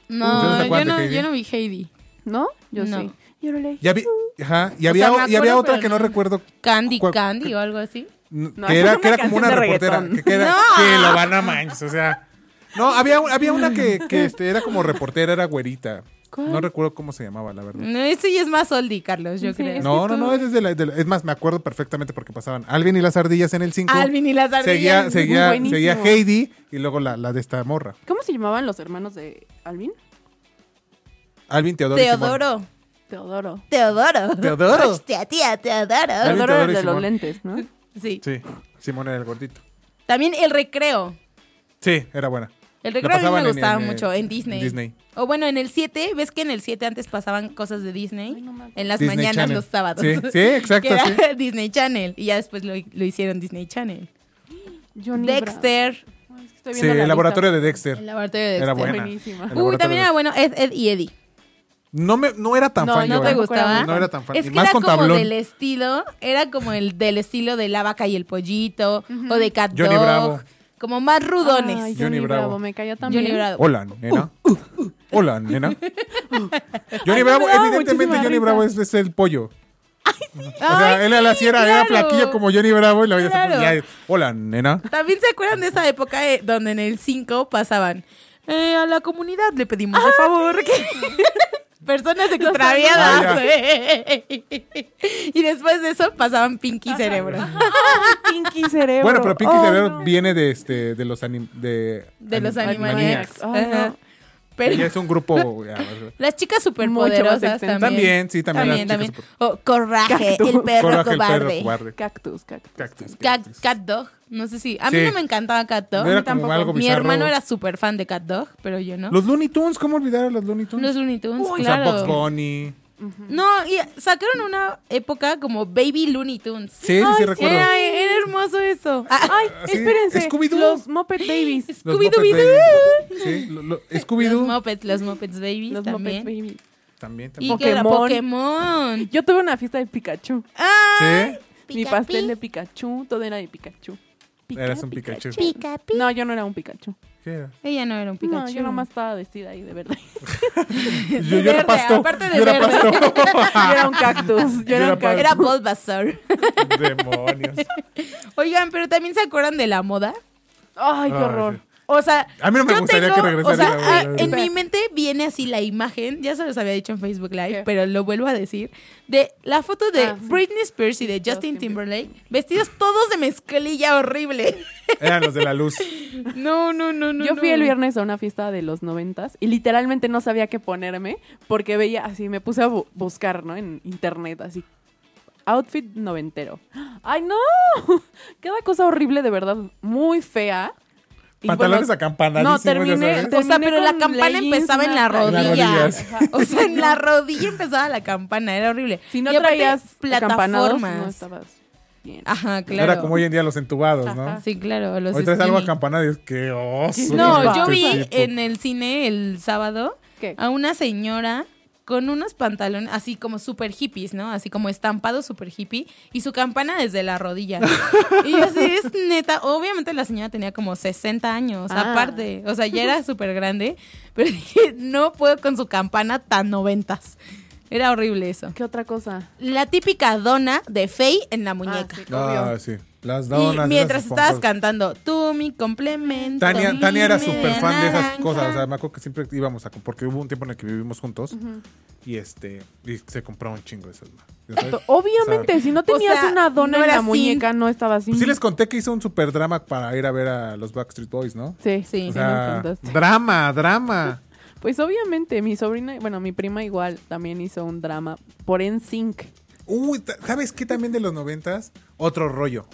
S4: se
S3: No, yo
S4: acuerdan de
S3: no,
S4: Heidi?
S3: yo no vi Heidi.
S5: ¿No? Yo
S3: No.
S5: sí. Yo lo leí.
S4: Y había,
S5: Mm.
S4: ajá, y
S3: O
S4: había,
S3: sea, me
S4: y había
S3: acuerdo,
S4: otra
S3: pero
S4: que no,
S3: no.
S4: recuerdo.
S3: Candy
S4: ¿Cuál-
S3: Candy o algo así.
S5: No,
S4: que era,
S5: esa es
S4: que
S5: una
S4: era como
S5: canción
S4: una
S5: de
S4: reportera.
S5: reggaetón.
S4: Que,
S5: <laughs>
S4: que era,
S3: No.
S4: que lo van a manches, o sea. No, había, un- había una que, que este, era como reportera, era güerita.
S5: ¿Cuál?
S4: No recuerdo cómo se llamaba, la verdad.
S3: No, ese ya es más oldie, Carlos, yo
S5: Sí,
S3: creo.
S5: es-
S4: Mm. No,
S5: que
S4: no,
S5: tú-
S4: no, es, desde la, de la- es más, me acuerdo perfectamente porque pasaban Alvin y las ardillas en el 5.
S3: Alvin y las
S4: Seguía,
S3: ardillas.
S4: seguía,
S5: buenísimo.
S4: seguía Heidi y luego la, la de esta morra.
S5: ¿Cómo se llamaban los hermanos de Alvin?
S4: Alvin, Teodoro. y Simón.
S3: Teodoro.
S5: Teodoro.
S3: Teodoro. <laughs>
S4: Teodoro.
S3: Hostia, tía, Teodoro.
S4: Alvin,
S5: Teodoro
S4: Teodoro
S5: era el
S4: y
S5: de los
S4: Simón.
S5: lentes, ¿no?
S3: Sí.
S4: Sí, Simón era el gordito.
S3: También El Recreo.
S4: Sí, era buena.
S3: El
S4: La
S3: Recreo a mí
S4: pasaban
S3: me
S4: en- eh,
S3: gustaba
S4: en-
S3: mucho en Disney. O bueno, en el 7, ¿ves que en el 7 antes pasaban cosas de Disney?
S5: Ay, no me acuerdo.
S3: en las
S4: Disney
S3: mañanas,
S4: Channel.
S3: los sábados.
S4: Sí, sí,
S3: <laughs>
S4: exacto,
S3: Que era
S4: sí.
S3: <laughs> Disney Channel. Y ya después lo, lo hicieron Disney Channel.
S5: Johnny
S3: Dexter.
S5: Bravo. Ay, es que estoy
S4: Sí,
S5: viendo la
S4: el laboratorio
S5: lista.
S4: de Dexter.
S3: El laboratorio de Dexter.
S4: Era buena.
S5: Buenísima.
S4: El
S5: Uy,
S3: Uy,
S4: laboratorio
S3: también
S4: de-
S3: era bueno Ed, Ed y Eddie.
S4: No, me, no era tan
S5: No,
S4: fan
S3: ¿No
S4: yo,
S3: te
S4: ¿eh?
S3: gustaba?
S4: No era tan fan.
S3: Es
S4: Y
S3: que
S4: más
S3: era
S4: con
S3: como
S4: tablón.
S3: del estilo, era como el del estilo de la vaca y el pollito, o de Cat
S4: Johnny
S3: Dog,
S4: Bravo.
S3: como más rudones.
S5: Johnny,
S4: Johnny
S5: Bravo.
S4: Bravo.
S5: Me caía también.
S3: Johnny Bravo.
S4: Hola, nena.
S3: Uh,
S4: Hola, nena.
S3: <laughs>
S4: Johnny
S5: me
S4: Bravo,
S5: daba
S4: evidentemente
S5: muchísima
S4: Johnny
S5: risa.
S4: Bravo es, es el pollo. o sea,
S3: Ay,
S4: él a la
S3: sí,
S4: sierra era
S3: claro.
S4: flaquillo como Johnny Bravo y la veía así,
S3: Claro.
S4: ya, Hola, nena.
S3: También se acuerdan de esa época eh, donde en el 5 pasaban eh, a la comunidad le pedimos de favor que <laughs> personas extraviadas. güey. <laughs> y después de eso pasaban Pinky Cerebro.
S5: <laughs> Pinky Cerebro.
S4: Bueno, pero Pinky
S5: Oh,
S4: Cerebro
S5: no.
S4: viene de, este, de los anim- de,
S3: De los
S4: Animaniacs.
S3: Animaniacs.
S5: Animaniacs. Ay,
S3: Ajá.
S5: no.
S3: Pero
S4: Ella es
S3: <laughs>
S4: un grupo. ya,
S3: las chicas
S5: Mucho más
S3: superpoderosas también.
S5: extenso.
S4: También, sí,
S3: También,
S4: también las chicas
S3: también. O Coraje,
S5: Cactus.
S3: el perro
S4: Coraje, el
S3: cobarde.
S4: perro cobarde.
S5: Cactus, cactus.
S4: Cactus.
S3: Cat,
S4: cactus.
S3: Cat Dog. No sé si. A mí
S4: Sí.
S3: no me encantaba Cat Dog.
S4: No era como algo
S3: Mi
S4: bizarro.
S3: hermano era súper fan de Cat Dog, pero yo no. Los,
S4: Los Looney Tunes, ¿cómo olvidar a los Looney Tunes?
S3: Looney Tunes,
S4: o sea,
S3: claro.
S4: Box Bunny.
S3: No, y sacaron una época como Baby Looney Tunes.
S4: Sí, sí, sí, recuerdo.
S3: Era, era hermoso eso.
S5: Ay,
S4: sí,
S5: espérense.
S4: Scooby-Doo.
S5: Los Muppet Babies.
S4: Los
S3: Scooby-Doo.
S4: Muppet Baby. Sí, lo- lo-
S3: Los
S4: Scooby-Doo.
S3: Muppets, los Muppets Babies
S5: Los Muppet
S3: también.
S5: Babies.
S4: También,
S3: Y
S4: también.
S3: que era
S5: Pokémon.
S3: Pokémon.
S5: Yo tuve una fiesta de Pikachu.
S4: Sí,
S5: Mi pastel de Pikachu, todo era de Pikachu. Pica,
S4: eras un
S5: Pikachu.
S4: Pikachu.
S5: No, yo no era un Pikachu.
S4: ¿Qué era?
S3: Ella no era un
S5: No,
S3: Pikachu.
S5: yo nomás estaba vestida ahí de verdad.
S4: Yo,
S3: De
S4: yo
S3: verde,
S4: era pasto.
S3: aparte de
S4: yo era
S3: verde.
S4: pasto.
S5: <laughs> yo era un cactus. Yo era un cactus.
S3: Era Bulbasaur. <laughs>
S4: Demonios.
S3: Oigan, pero también se acuerdan de la moda.
S5: Ay, qué
S4: Ay,
S5: horror.
S3: O sea,
S4: A mí no me
S3: yo
S4: gustaría
S3: tengo-
S4: que regresara
S3: o sea,
S4: la moda, la
S3: ah, en
S4: verdad.
S3: mi mente viene así la imagen, ya se los había dicho en Facebook Live,
S5: ¿Qué?
S3: pero lo vuelvo a decir, de la foto de
S5: Ah, sí.
S3: Britney Spears y de Justin
S5: Justin
S3: Timberlake, vestidos todos de mezclilla
S5: <laughs>
S3: horrible.
S4: Eran los de la luz.
S3: No, no, no, no.
S5: Yo fui
S3: no.
S5: el viernes a una fiesta de los noventas y literalmente no sabía qué ponerme porque veía así, me puse a bu- buscar, ¿no? En internet, así. Outfit noventero. ¡Ay, no! <laughs> Cada cosa horrible, de verdad, muy fea. Y
S4: Pantalones
S5: bueno,
S4: acampanadísimos,
S5: No,
S4: ya
S5: terminé.
S4: sabes.
S3: O sea, pero la
S5: con
S3: campana
S5: leggings,
S3: empezaba en la
S4: las
S5: una-
S3: rodilla.
S4: rodillas.
S3: Ajá. O sea, en
S5: <laughs>
S3: la rodilla empezaba la campana, era horrible.
S5: Si no
S3: Y aparte,
S5: traías plataformas, no
S3: plataformas. Ah.
S5: estabas bien.
S3: Ajá, claro.
S4: Era como hoy en día los entubados, ¿no?
S5: Ajá.
S3: Sí, claro, los
S4: Hoy traes algo
S3: skinny.
S4: acampanado y es que oso.
S3: No,
S5: Wow.
S3: yo vi
S4: Este tipo.
S3: en el cine el sábado
S5: ¿Qué?
S3: a una señora con unos pantalones así como super hippies, ¿no? Así como estampado super hippie y su campana desde la
S5: <laughs>
S3: rodilla. y yo así, es neta, obviamente la señora tenía como 60 años,
S5: Ah.
S3: aparte, o sea, ya era súper grande, pero <laughs> dije, no puedo con su campana tan noventas. Era horrible eso.
S5: ¿Qué otra cosa?
S3: La típica dona de Faye en la muñeca.
S5: sí,
S4: Ah,
S5: obvio.
S4: sí. Las
S3: Y
S4: donas.
S3: mientras
S4: esas
S3: estabas
S4: espantosas.
S3: cantando, tú mi complemento.
S4: Tania, Tania era
S3: mi
S4: súper fan de esas
S3: naranja".
S4: cosas. O sea, me acuerdo que siempre íbamos a. comp- Porque hubo un tiempo en el que vivimos juntos. Y este. Y se compraba un chingo de esas. ¿no? Ya sabes.
S5: Obviamente,
S4: O sea,
S5: si no tenías
S3: o sea,
S5: una
S3: no
S5: dona en
S3: era
S5: la
S3: sin-
S5: muñeca, no estabas
S4: Pues
S5: sin.
S4: sí les conté que hizo un super drama para ir a ver a los Backstreet Boys, ¿no?
S3: Sí.
S5: Sí, sí,
S4: O
S5: me
S4: sea,
S5: contaste.
S4: drama, drama.
S5: Pues obviamente, mi sobrina, bueno, mi prima igual también hizo un drama por NSYNC.
S4: Uy, ta- ¿sabes qué también de los noventas? Otro rollo.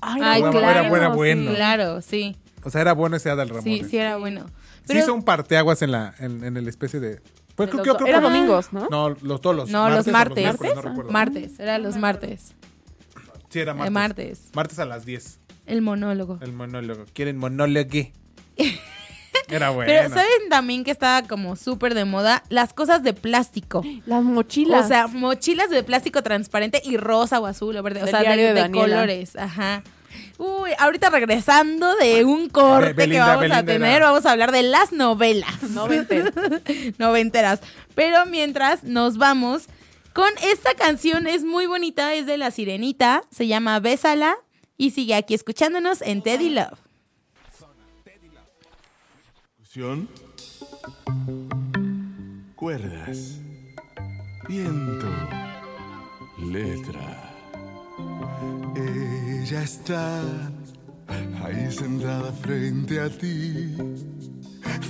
S3: Ay,
S4: Era
S3: claro.
S4: buena,
S5: sí.
S4: bueno.
S3: Claro, sí.
S4: O sea, era bueno ese Adal Ramón.
S3: Sí, sí era bueno. Pero
S4: hizo un parteaguas en la, en, en el especie de. Pues,
S5: De
S4: creo,
S5: los
S4: creo-
S5: do-
S4: creo
S5: era
S4: que-
S5: domingos, ¿no?
S4: No, los todos los
S3: no, los
S4: o
S3: martes.
S4: miércoles, no recuerdo.
S3: martes, era los martes.
S4: Sí, era martes.
S3: Eh, martes.
S4: Martes a las 10.
S3: El monólogo.
S4: El monólogo. ¿Quieren
S3: <laughs>
S4: monólogo? Era bueno.
S3: Pero ¿saben también que estaba como súper de moda? Las cosas de plástico.
S5: Las mochilas.
S3: O sea, mochilas de plástico transparente y rosa o azul o verde. O
S5: Del
S3: sea, de,
S5: diario de
S3: de
S5: Daniela.
S3: colores. Ajá. Uy, ahorita regresando de un corte que
S4: Belinda,
S3: vamos a
S4: Belinda
S3: tener,
S4: era-
S3: vamos a hablar de las novelas.
S5: no vente.
S3: <laughs> noventeras. Pero mientras nos vamos con esta canción, es muy bonita, es de La Sirenita, se llama Bésala y sigue aquí escuchándonos en Teddy Love.
S9: Percusión, cuerdas, viento, letra. Ella está ahí sentada frente a ti.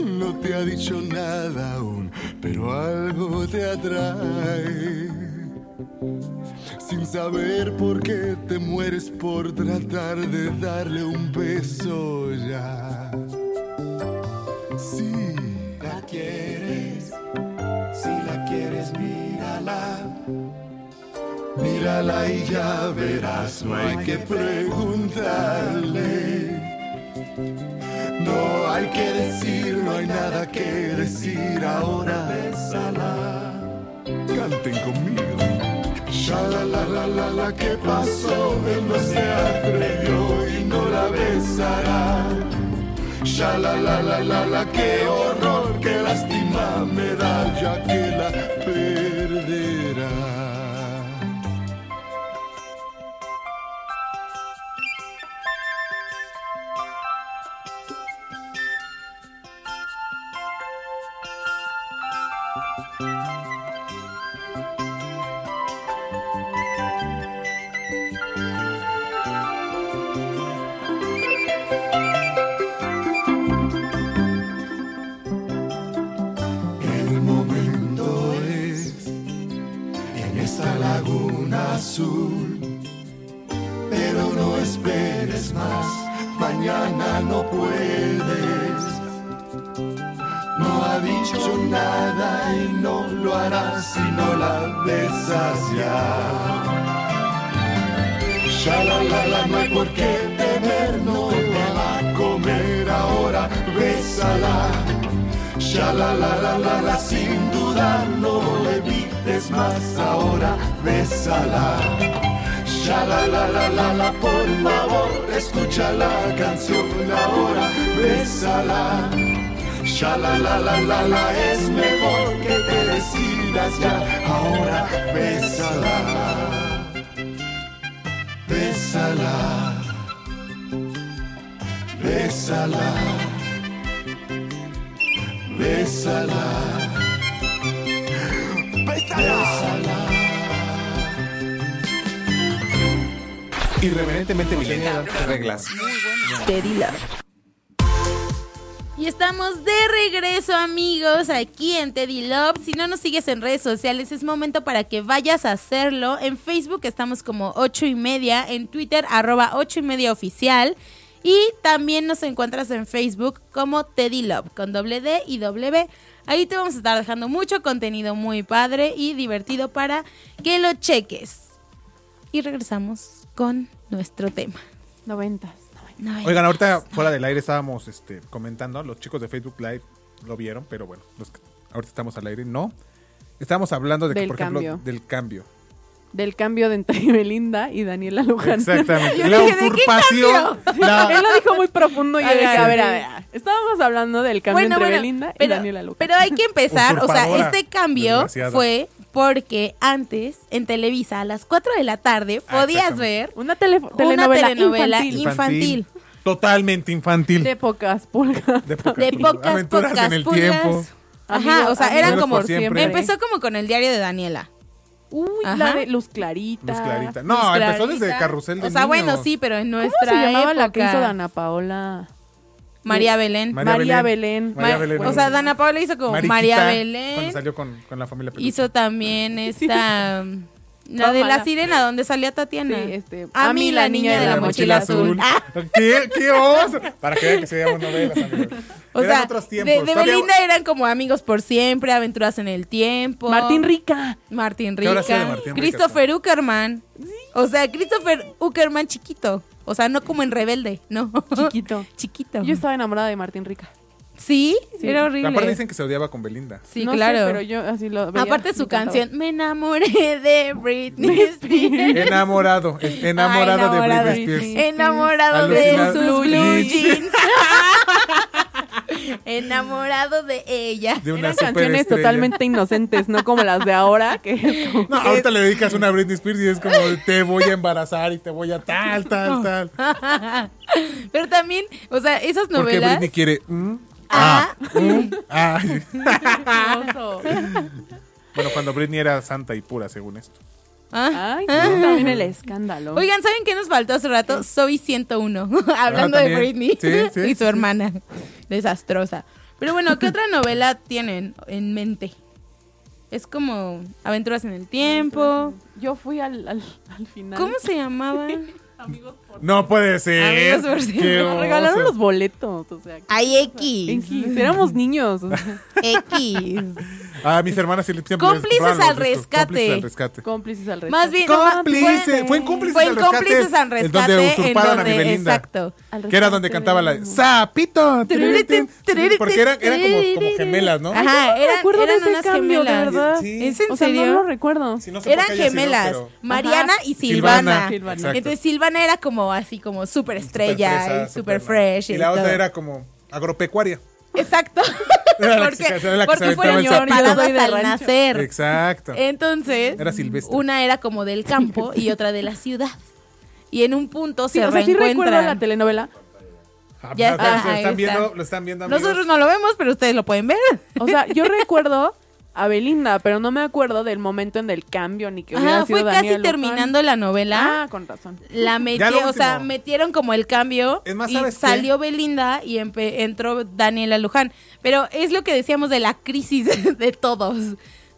S9: No te ha dicho nada aún, pero algo te atrae. Sin saber por qué te mueres por tratar de darle un beso ya. Si la quieres, si la quieres, mírala. Mírala y ya verás, no hay que preguntarle. No hay que decir, no hay nada que decir ahora. Bésala. Canten conmigo. Ya la la la la la, ¿qué pasó? Él no se atrevió y no la besará. Ya la la la la la, qué horror, qué lástima me da ya que la perderá. azul. Pero no esperes más, mañana no puedes. No ha dicho nada y no lo harás si no la besas ya. Shalalala, no hay por qué temer, no te va a comer ahora, bésala. Shalalala, sin duda no evites más ahora, bésala. Shalalala, por favor, escucha la canción ahora, bésala. Shalalala, es mejor que te decidas ya, ahora, bésala bésala, bésala, bésala, bésala.
S2: Irreverentemente milenial reglas.
S1: Teddy Love.
S3: Y estamos de regreso, amigos, aquí en Teddy Love. Si no nos sigues en redes sociales, es momento para que vayas a hacerlo. En Facebook estamos como 8 y media, en Twitter, arroba 8 y media oficial. Y también nos encuentras en Facebook como Teddy Love, con doble D y doble B. Ahí te vamos a estar dejando mucho contenido muy padre y divertido para que lo cheques. Y regresamos con nuestro tema.
S5: Noventas. noventas.
S3: No ¿eh? hay
S4: Oigan, ahorita
S3: más.
S4: fuera del aire estábamos este, comentando, los chicos de Facebook Live lo vieron, pero bueno, los que ahorita estamos al aire, no. Estábamos hablando de que,
S5: Del
S4: por
S5: cambio.
S4: ejemplo, del cambio.
S5: Del cambio de entre <laughs> Belinda y Daniela Luján.
S3: <laughs> <laughs>
S4: Exactamente.
S3: Yo
S4: La
S3: dije, ¿de qué
S4: usurpación.
S5: Él
S3: <laughs>
S4: La,
S5: lo dijo muy profundo y yo
S3: A ver,
S5: dije,
S3: sí.
S5: a ver, a ver. Estábamos hablando del cambio
S3: Bueno,
S5: entre
S3: bueno,
S5: Belinda y
S3: pero,
S5: Daniela Luján.
S3: pero
S5: <laughs>
S3: hay que empezar, o sea,
S4: Usurpadora,
S3: este cambio
S4: desgraciada.
S3: fue porque antes en Televisa a las 4 de la tarde
S4: Ah,
S3: podías
S4: exactamente.
S3: ver
S5: una tele-
S3: una
S5: telenovela,
S3: telenovela
S5: infantil
S3: infantil.
S4: Totalmente infantil.
S5: de pocas pulgas.
S4: De,
S3: de pocas,
S4: <laughs> Aventuras
S3: pocas
S4: en el
S3: pulgas.
S4: tiempo.
S3: Ajá,
S5: Amigos-
S3: o sea,
S5: amigos
S3: eran
S4: por
S3: como
S4: siempre.
S3: empezó como con el diario de Daniela.
S5: Uy,
S3: Ajá.
S5: la de Luz Clarita.
S4: Luz Clarita. No,
S3: Pues,
S4: empezó
S3: Clarita.
S4: desde Carrusel de
S3: O sea, bueno,
S4: Niños.
S3: sí, pero en
S5: ¿Cómo
S3: nuestra
S5: se llamaba la que
S3: época,
S5: hizo de Ana Paola?
S3: María Belén.
S4: María
S5: María,
S4: Belén.
S5: Belén.
S4: María
S3: Ma-
S4: Belén,
S3: O
S4: María
S3: sea,
S4: Belén.
S3: Dana Paula hizo como
S4: Mariquita,
S3: María
S4: Cuando
S3: Belén.
S4: salió con, con la familia Peluche.
S3: Hizo también esta. La de la
S5: Tómala.
S3: sirena, donde salía Tatiana.
S5: Sí, este,
S3: A mí, la niña de, la, mochila, azul. Ah,
S4: ¿Qué, qué oso? Para que vean que se llaman novelas, amigos.
S3: <laughs> o
S4: Eran
S3: sea,
S4: otros
S3: de,
S4: tiempos.
S3: de
S4: Todavía-
S3: Belinda eran como amigos por siempre, aventuras en el tiempo.
S5: Martín Rica.
S3: Martín
S4: ¿Qué habrá sido de
S3: Rica.
S4: Martín Rica?
S3: Christopher Uckerman. O sea, Christopher Uckerman chiquito. O sea, no como en Rebelde, no.
S5: Chiquito.
S3: <laughs> <laughs> chiquito.
S5: Yo estaba enamorada de Martín Rica.
S3: ¿Sí?
S5: Sí.
S3: era horrible.
S4: Aparte dicen que se odiaba con Belinda.
S3: Sí,
S5: No sé,
S3: claro.
S5: pero yo así lo veía,
S3: Aparte su
S5: me encantaba.
S3: canción, me enamoré de Britney Spears.
S4: Enamorado. es- Enamorado,
S3: Ah, enamorado.
S4: de Britney Spears.
S3: Enamorado de
S4: Alucinado.
S3: sus
S4: Blue
S3: blue
S4: jeans.
S3: jeans. <laughs> Enamorado de ella.
S4: De una
S5: Eran canciones
S4: superestrella.
S5: totalmente inocentes, no como las de ahora,
S4: <laughs>
S5: que es como-
S4: No, ahorita le dedicas una a Britney Spears y es como te voy a embarazar y te voy a tal, tal, tal.
S3: Ah, Pero también, o sea, esas
S4: Porque
S3: novelas.
S4: Britney quiere. mm,
S3: Ah.
S4: ah, mm, ah.
S3: <laughs>
S5: Hermoso.
S4: Bueno, cuando Britney era santa y pura, según esto.
S3: Ah.
S5: Ay, no, también el escándalo.
S3: Oigan, ¿saben qué nos faltó hace rato? Soy <laughs> 101, hablando de
S4: Ah, también.
S3: Britney <laughs>
S4: Sí, sí,
S3: y su
S4: sí.
S3: hermana. Desastrosa. Pero bueno, ¿qué otra novela tienen en mente? Es como Aventuras en el Tiempo.
S5: Yo fui al, al, al final.
S3: ¿Cómo se llamaba?
S4: No puede ser.
S3: Amigos, por si-
S4: Qué
S5: Nos regalaron
S4: oso.
S5: los boletos, o sea.
S3: Ay, X.
S5: X, éramos niños.
S4: <laughs>
S5: o sea,
S3: X.
S4: Ah, mis hermanas sí le- siempre les
S3: Cómplices
S4: compraban los
S3: al
S4: discos.
S3: rescate.
S4: Cómplices al rescate.
S5: cómplices al resto.
S3: Más bien, no,
S4: Cómplice. Fue en Cómplices
S3: fue
S4: al
S3: en
S4: rescate.
S3: cómplices al
S4: el
S3: rescate.
S4: Donde
S3: en
S4: usurparon a mi
S3: donde-
S4: Belinda.
S3: Exacto.
S4: Que era donde cantaba la Zapito.
S3: Tirirín, tirirín,
S4: Porque eran, eran como, como gemelas, ¿no?
S3: Ajá,
S5: Era,
S3: eran,
S5: recuerdo
S3: eran
S5: de ese
S3: unas
S5: cambio, de
S3: gemelas.
S5: verdad.
S4: Sí.
S3: ¿Es en
S5: O sea,
S3: serio?
S5: no lo recuerdo.
S4: Sí, no sé por
S3: Eran
S4: qué haya sido,
S3: gemelas,
S4: pero-
S3: Mariana
S5: Ajá.
S3: y Silvana.
S4: Ah, Silvana,
S5: Silvana.
S4: exacto.
S3: Entonces Silvana era como así, como súper estrella
S4: fresa,
S3: y súper
S4: nice.
S3: fresh.
S4: Y la otra
S3: todo.
S4: era como agropecuaria.
S3: Exacto.
S4: <laughs>
S3: <laughs>
S4: Era la que
S3: porque
S4: se- era la que
S3: porque
S4: se
S3: fueron
S4: aventaba el
S3: separadas
S5: zapito. Yo soy de
S3: al
S5: rancho.
S3: nacer.
S4: Exacto.
S3: Eh, Entonces,
S4: Era silvestre.
S3: una era como del campo y otra de la ciudad. Y en un punto
S5: Sí,
S3: se
S5: o sea, sí recuerdo
S3: reencuentran.
S5: la telenovela.
S4: Ah,
S3: Ya
S4: pero
S3: está,
S4: se lo
S3: ahí
S4: están viendo,
S3: está.
S4: lo están viendo amigos.
S3: Nosotros no lo vemos, pero ustedes lo pueden ver.
S5: O sea, yo recuerdo a Belinda, pero no me acuerdo del momento en el cambio ni que hubiera
S3: Ajá,
S5: sido
S3: Ah, fue casi
S5: Daniela Luján.
S3: terminando la novela.
S5: Ah, con razón.
S3: La
S4: Ya lo
S3: metió, o sea,
S4: último.
S3: metieron como el cambio
S4: Es
S3: y
S4: más, ¿sabes qué?
S3: salió Belinda y empe- entró Daniela Luján. <laughs> Pero es lo que decíamos de la crisis de todos.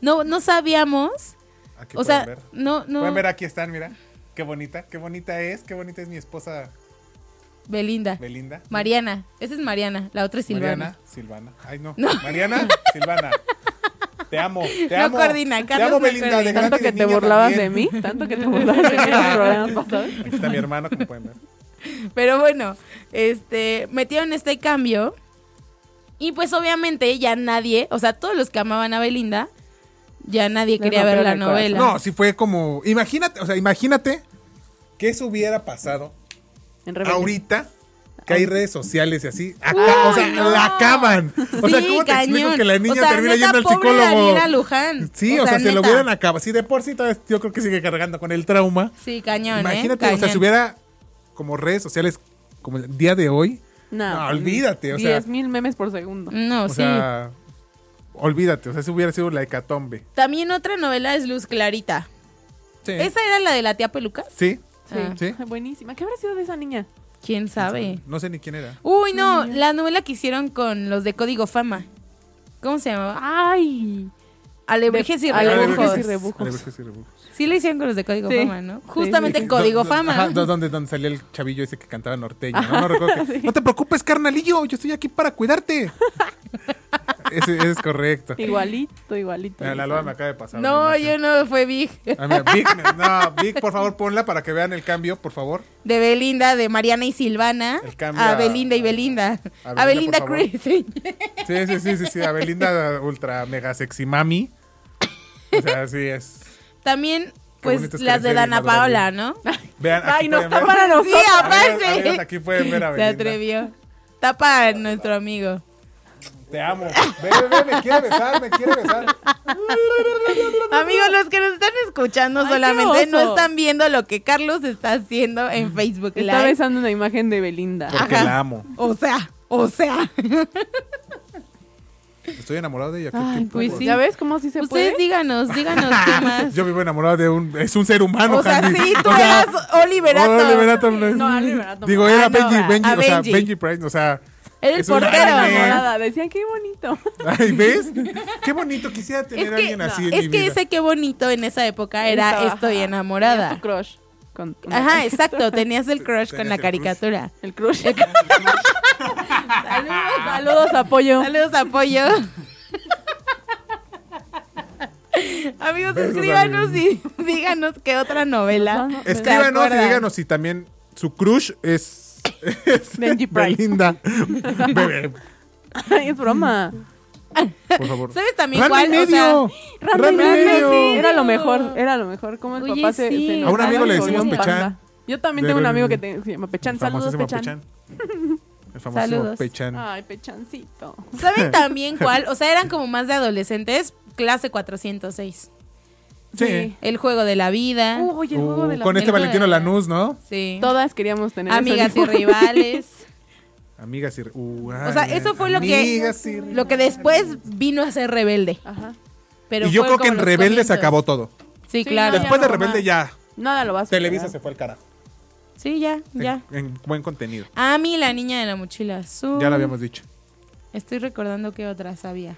S3: No, no sabíamos
S4: Aquí
S3: O
S4: pueden
S3: sea,
S4: ver.
S3: no, no.
S4: Pueden ver, aquí están, mira. Qué bonita, qué bonita es, qué bonita es mi esposa
S3: Belinda.
S4: Belinda.
S3: Mariana. Esa es Mariana. La otra es Silvana.
S4: Mariana, Silvana. Ay, no.
S3: No. <laughs>
S4: Mariana, Silvana. Te amo, te
S3: No
S4: amo.
S3: coordina,
S4: te
S3: Carlos
S4: amo,
S3: no
S4: Belinda.
S3: coordina.
S4: De
S5: Tanto
S4: grande y de
S5: que te
S4: niña
S5: burlabas de
S4: también.
S5: mí, tanto que te burlabas de mí
S4: <laughs>
S5: en los programas pasados.
S4: Aquí está mi hermano, como pueden ver.
S3: Pero bueno, este, metieron este cambio. Y pues obviamente ya nadie, o sea, todos los que amaban a Belinda, ya nadie
S5: Les
S3: quería ver la
S5: rompieron el
S3: novela.
S4: No, sí fue como. Imagínate, o sea, imagínate que eso hubiera pasado
S5: En Rebelde.
S4: ahorita que hay redes sociales y así. aca- o sea,
S3: no.
S4: la acaban. O sea,
S3: Sí,
S4: ¿cómo te explico
S3: cañón.
S4: que la niña
S3: O sea,
S4: termina
S3: neta,
S4: yendo al
S3: pobre
S4: psicólogo?
S3: Daniela Luján.
S4: Sí,
S3: O
S4: o,
S3: sea,
S4: sea, se lo
S3: neta.
S4: hubieran acabado. Sí, de por sí, todavía yo creo que sigue cargando con el trauma.
S3: Sí, cañón,
S4: Imagínate,
S3: ¿eh?
S4: o sea,
S3: Cañón.
S4: si hubiera como redes sociales como el día de hoy,
S5: No,
S4: No, olvídate, o sea.
S5: 10 mil memes por segundo.
S3: No,
S4: o
S3: Oh, sí.
S4: sea, olvídate, o sea, si hubiera sido la hecatombe.
S3: También otra novela es Luz Clarita.
S4: Sí.
S3: ¿Esa era la de la tía Pelucas?
S4: Sí,
S5: Sí.
S3: Ah.
S4: sí.
S5: Buenísima. ¿Qué habrá sido de esa niña?
S3: ¿Quién sabe?
S4: No sé ni quién era.
S3: Uy, no, la novela que hicieron con los de Código Fama. ¿Cómo se llamaba?
S5: ¡Ay!
S3: Alebrijes y
S5: De- Alebrijes
S3: Rebujos.
S5: y Rebujos.
S4: Alebrijes y rebujos.
S3: Sí le hicieron con los de Código
S5: Sí.
S3: Fama, ¿no?
S5: Sí,
S3: Justamente
S5: sí, sí.
S3: Código
S4: Do- do-
S3: Fama.
S4: ajá, do- donde, donde salía el chavillo ese que cantaba norteño. No, No recuerdo que-
S5: sí.
S4: No te preocupes, carnalillo, yo estoy aquí para cuidarte. Ese ese es correcto.
S5: Igualito, igualito.
S4: Mira, la loba me acaba de pasar.
S3: <laughs> No,
S4: una
S3: yo
S4: imagen.
S3: no, fue Big.
S4: Ah, mira, Vic, no, Vic, por favor, ponla para que vean el cambio, por favor.
S3: De Belinda, de Mariana y Silvana.
S4: El cambio
S3: A
S4: a-
S3: Belinda y Belinda.
S4: a
S3: A Belinda
S4: Belinda, por favor.
S3: Cruz. sí.
S4: Sí, sí, sí, sí, sí, a Belinda ultra mega sexy mami. O sea, sí es.
S3: También,
S4: bonito es
S3: pues,
S4: que
S3: las
S4: eres
S3: de
S4: Belinda
S3: Dana
S4: Durán.
S3: Paola, ¿no?
S4: Vean, aquí
S5: Ay, nos
S4: pueden ver-
S5: tapan <laughs> a
S3: Sí,
S5: nosotros.
S3: aparte.
S4: amigos, amigos, aquí pueden ver a
S3: Se
S4: Belinda.
S3: atrevió. Tapa a nuestro amigo.
S4: Te amo. Ve, ve, ve, me quiere besar, me quiere besar.
S3: Amigos, los que nos están escuchando
S5: Ay, qué
S3: solamente no
S5: oso.
S3: están viendo lo que Carlos está haciendo en Facebook
S5: Está
S3: Live.
S5: besando una imagen de Belinda.
S4: Porque
S3: Ajá.
S4: la amo.
S3: O sea, o sea.
S4: Estoy enamorado de ella. ¿qué-
S5: Ay,
S4: qué
S5: pues
S4: puedo
S5: sí. ¿Ya ves cómo sí se
S3: Ustedes
S5: puede?
S3: díganos,
S4: <laughs>
S3: díganos qué más.
S4: Yo vivo enamorado de un. Es un ser humano,
S3: o sea,
S4: Candy.
S3: sí, tú
S4: O sea, oh,
S3: eras Oliver Atom.
S4: Oliver Atom no es-
S5: No, Oliver Atom.
S4: pues. Digo,
S5: Ah,
S4: era
S5: no,
S4: Benji,
S5: a-
S4: Benji,
S3: a
S4: o sea,
S3: Benji.
S4: Benji Price, o sea.
S3: Era el
S4: Es un
S3: portero.
S4: anime.
S5: enamorada. Decían qué bonito.
S4: Ay, ¿ves? Qué bonito, quisiera tener
S3: Es
S4: a
S3: que,
S4: alguien así en
S3: es
S4: mi
S3: que
S4: vida.
S3: ese qué bonito en esa época era
S5: Estaba-
S3: Estoy
S5: ajá. Tenías
S3: enamorada.
S5: tu crush. con- con-
S3: Ajá, exacto, tenías el
S4: <laughs>
S3: crush con la
S4: Tenías el crush.
S3: caricatura.
S5: El crush. Saludos, saludos, apoyo.
S3: Saludos, apoyo. Amigos,
S4: Besos,
S3: escríbanos y <laughs> díganos qué otra novela.
S5: Nos vamos.
S3: se
S4: Escríbanos y
S3: acuerdan.
S4: díganos si también su crush es. <laughs> es
S5: Benji Price.
S4: Belinda. Bebé,
S5: Ay, es broma.
S4: por favor.
S3: ¿Sabes también
S4: Rama y
S3: cuál? O sea,
S4: medio. Rama y medio.
S5: Era lo mejor, era lo mejor. Como el
S3: Oye,
S5: papá se,
S3: sí.
S5: se
S3: A un
S5: enojaba
S4: amigo le
S5: y se volvió
S4: decimos
S5: un
S4: Pechán.
S5: panda. Yo también
S4: De-
S5: tengo un
S4: de-
S5: amigo que te- se llama Pechán. Saludos, Ah,
S4: Famosísimo Pechán.
S5: Pechán.
S4: El famosísimo
S3: Saludos.
S4: Pechán.
S5: Ay, Pechancito.
S4: <laughs>
S3: ¿Saben también cuál? O sea, eran como más de adolescentes, clase 406.
S4: sí.
S3: El juego de la vida.
S5: Uy, el juego
S4: Uh,
S5: de la
S4: con este
S3: juego de
S4: Valentino
S3: la-
S4: Lanús, ¿no?
S3: Sí.
S5: Todas queríamos tener ese
S3: Amigas y
S4: <laughs>
S5: hijo.
S3: rivales.
S4: Amigas y. re- Uh,
S3: O sea,
S4: ay,
S3: eso fue lo que
S4: amigas y re-
S3: lo que después vino a ser rebelde.
S5: <laughs> Ajá.
S3: Pero
S4: Y yo
S3: fue
S4: creo que
S3: como
S4: en
S3: los
S4: Rebelde se
S3: comienzos.
S4: acabó todo.
S3: Sí,
S5: Sí,
S3: claro.
S5: no,
S4: Después de
S5: no,
S4: Rebelde
S5: mamá.
S4: ya.
S5: Nada lo vas a
S4: Televisa se fue al carajo.
S3: Sí, ya, ya.
S4: En, en buen contenido.
S3: A mí la niña de la mochila azul.
S4: Ya lo habíamos dicho.
S3: Estoy recordando qué otras había.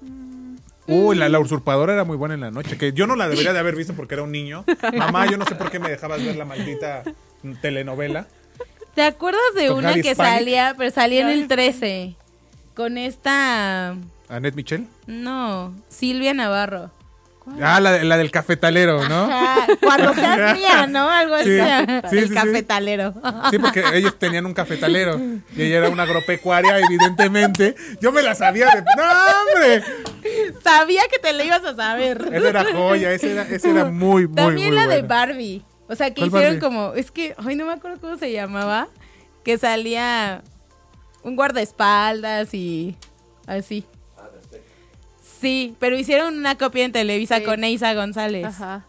S3: Mm.
S4: Uy, la, la usurpadora era muy buena en la noche. Que yo no la debería de haber visto porque era un niño. Mamá, yo no sé por qué me dejabas ver la maldita telenovela.
S3: ¿Te acuerdas de
S4: Con
S3: una
S4: Gaby
S3: que
S4: Spanik.
S3: salía, pero salía en el 13 con esta
S4: Annette Michel.
S3: no, Silvia Navarro?
S4: Ah, la, de- la del cafetalero, ¿no?
S3: Ajá, cuando
S4: <laughs>
S3: seas mía, ¿no? Algo así.
S4: Sí, sí,
S3: el
S4: sí, sí.
S3: cafetalero.
S4: Sí, porque ellos tenían un cafetalero. Y ella era una agropecuaria, evidentemente. Yo me la sabía de. ¡No, hombre!
S3: Sabía que te lo ibas a saber.
S4: Esa era joya, esa era, esa era muy, muy,
S3: También
S4: muy
S3: la de
S4: buena.
S3: Barbie. O sea, que
S4: ¿Cuál
S3: hicieron
S4: Barbie?
S3: como. Es que hoy no me acuerdo cómo se llamaba. Que salía un guardaespaldas y así. Sí, pero hicieron una copia en Televisa
S5: Sí.
S3: con Eiza González.
S5: Ajá.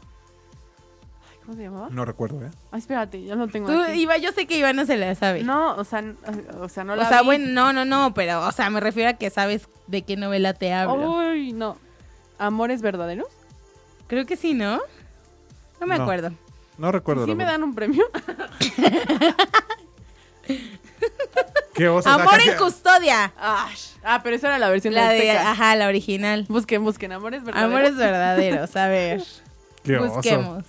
S5: Ay, ¿Cómo se llamaba?
S4: No recuerdo, ¿eh?
S5: Ay, espérate, ya lo tengo
S3: Tú,
S5: aquí.
S3: Iba, yo sé que Ivana se la sabe.
S5: No, o sea, n- o sea, no la
S3: o sea,
S5: vi.
S3: bueno, no, no, no, pero, o sea, me refiero a que sabes de qué novela te hablo.
S5: Uy, no. ¿Amores verdaderos?
S3: Creo que sí, ¿no? No me
S4: No.
S3: acuerdo.
S4: No recuerdo.
S5: <laughs> ¿Sí
S4: la
S5: me
S4: verdad.
S5: dan un premio?
S4: Qué oso, o sea,
S3: Amor
S4: casi-
S3: en custodia.
S5: Ah, ah, pero esa era la versión
S3: La de,
S5: azteca.
S3: ajá, la original.
S5: Busquen, busquen. Amores verdaderos.
S3: Amores verdaderos, a
S5: <laughs>
S3: ver.
S4: Qué oso.
S3: busquemos.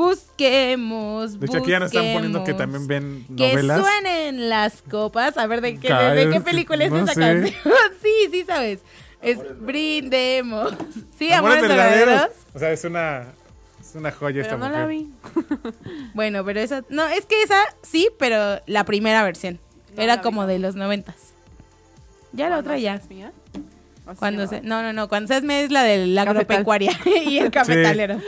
S3: Busquemos.
S4: De hecho, aquí ya nos están poniendo que
S3: busquemos.
S4: también ven
S3: Que
S4: novelas.
S3: suenen las copas. A ver, ¿de qué,
S4: Cada
S3: de, de qué
S4: vez que-
S3: película es
S4: no
S3: esa
S4: sé.
S3: canción? <laughs> Sí, sí, sabes. Es brindemos. <laughs> Sí, amores,
S4: Amores
S3: verdaderos.
S4: O sea, es una, es una joya esta
S5: Pero no
S4: mujer.
S5: la vi.
S3: Bueno, pero esa. No, es que esa sí, pero la primera versión.
S5: No la
S3: Era
S5: vi,
S3: como
S5: no.
S3: de los noventas. Ya la otra ya.
S5: ¿Es mía? ¿O así
S3: Cuando se,
S5: llamaba?
S3: no, no, no. Cuando se esme es la de la
S5: Cafetal.
S3: agropecuaria <laughs> y el cafetalero.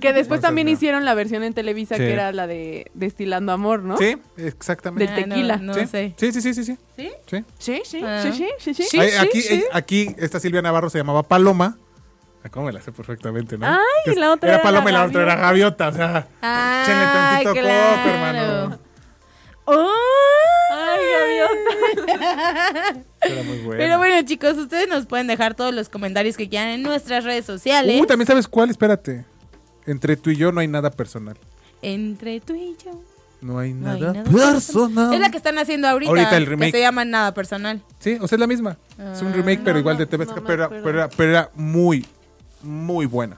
S5: Que
S4: <laughs>
S5: después
S4: Entonces,
S5: también
S4: no.
S5: hicieron la versión en Televisa
S4: Sí.
S5: que era la de Destilando Amor, ¿no?
S4: Sí, exactamente.
S5: Del
S3: Ah, no,
S5: tequila.
S3: No,
S4: sí.
S3: sé.
S4: sí, sí, sí, sí, sí.
S3: ¿Sí?
S4: Sí.
S5: Sí, sí,
S3: Ah.
S5: sí, sí, sí, sí.
S4: Ay, aquí, eh, aquí esta Silvia Navarro se llamaba Paloma. Ah, ¿Cómo me la sé perfectamente, no?
S5: Ay,
S4: Entonces,
S5: la otra
S4: era
S5: era
S4: Paloma y la
S5: la
S4: otra era Gaviota. O sea,
S3: Ah,
S4: échenle tantito coco,
S3: claro.
S4: hermano.
S3: ¡Ay!
S5: Ay, gaviota.
S4: Era muy buena.
S3: Pero bueno, chicos, ustedes nos pueden dejar todos los comentarios que quieran en nuestras redes sociales.
S4: Uh, también sabes cuál, espérate. Entre tú y yo no hay nada personal.
S3: Entre tú y yo.
S4: No hay
S3: no hay
S4: nada,
S3: nada
S4: personal.
S3: Es la que están haciendo ahorita.
S4: Ahorita el remake.
S3: Que se llama Nada Personal.
S4: Sí, o sea, es la misma. es un remake, pero
S3: Ah,
S5: no,
S4: igual de
S5: no,
S4: TV
S5: no
S4: Azteca,
S5: me
S4: pero, era-
S5: acuerdo.
S4: pero era- pero era muy, muy buena.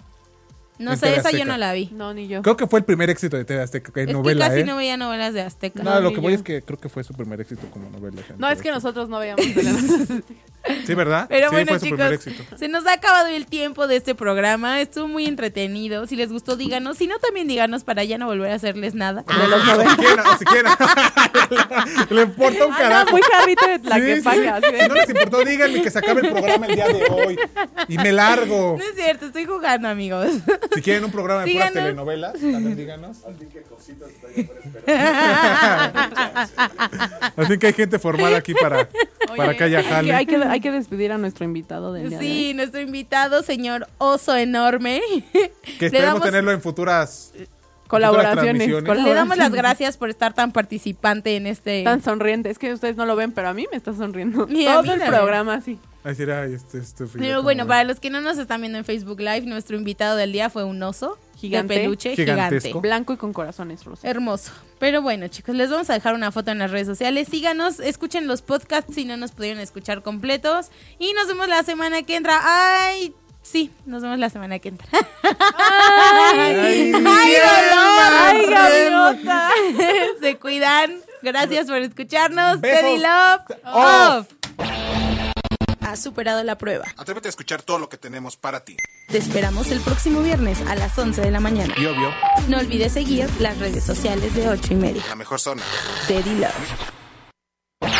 S3: No
S4: En
S3: sé,
S4: TV
S3: esa yo
S4: Azteca.
S3: no la vi.
S5: No, ni yo.
S4: Creo que fue el primer éxito de TV Azteca que
S3: es
S4: novela,
S3: que casi
S4: ¿eh?
S3: no
S4: No,
S3: veía novelas de Azteca.
S5: No,
S4: lo
S5: ni
S4: que voy
S5: yo.
S4: es que creo que fue su primer éxito como novela. en
S5: No,
S4: TV
S5: es que
S4: Azteca.
S5: nosotros
S4: <laughs>
S5: no veíamos televisión.
S4: Sí, ¿verdad?
S3: Pero
S4: sí,
S3: bueno,
S4: fue su primer
S3: chicos,
S4: éxito.
S3: se nos ha acabado el tiempo de este programa. Estuvo muy entretenido. Si les gustó, díganos. Si no, también díganos para ya no volver a hacerles nada.
S4: si quieren, o si quieren. <laughs> Le importa un
S5: Ah,
S4: carajo.
S3: pues,
S5: no, muy jarrito de
S4: Sí, sí,
S5: Tlaquepaque.
S3: ¿eh?
S4: sí. Si no les importó, díganme que se acabe el programa el día de hoy. Y me largo.
S3: No es cierto, estoy jugando, amigos.
S4: Si quieren un programa de puras
S3: Síganos.
S4: telenovelas, también díganos. <laughs> Así que hay gente formada aquí para, para que haya
S5: hay, que,
S4: jale.
S5: hay, que, hay que despedir a nuestro invitado del día de
S3: Sí, nuestro invitado, señor oso enorme.
S4: Que
S3: <laughs> le
S4: esperemos
S3: damos,
S4: tenerlo en futuras.
S5: hoy. Colaboraciones.
S4: transmisiones.
S3: le damos las
S5: colaboraciones. <laughs>
S3: gracias por estar tan participante en este.
S5: Tan sonriente. Es que ustedes no lo ven, pero a mí me está sonriendo.
S3: Y a mí
S5: Todo el
S3: también.
S5: programa así.
S4: Ay, sí, ay, este estúpido.
S3: Pero
S4: como
S3: bueno,
S4: ven.
S3: para los que no nos están viendo en Facebook Live, nuestro invitado del día fue un oso
S5: Gigante.
S3: de peluche gigante.
S4: Gigantesco.
S5: Blanco y con corazones rosas.
S3: Hermoso. Pero bueno, chicos, les vamos a dejar una foto en las redes sociales. Síganos, escuchen los podcasts si no nos pudieron escuchar completos. Y nos vemos la semana que entra. Ay, sí, nos vemos la semana que entra. ¡Ay,
S4: Ay,
S3: dolor! ¡Ay,
S4: Dios, Dios.
S3: gaviota! <laughs> Se cuidan. Gracias por escucharnos.
S4: Besos.
S3: Teddy Love
S4: Off.
S3: off. Ha superado la prueba.
S2: Atrévete a escuchar todo lo que tenemos para ti.
S1: Te esperamos el próximo viernes a las 11 de la mañana.
S2: Y obvio,
S1: No olvides seguir las redes sociales de 8 y media.
S2: la mejor zona.
S1: Teddy Love.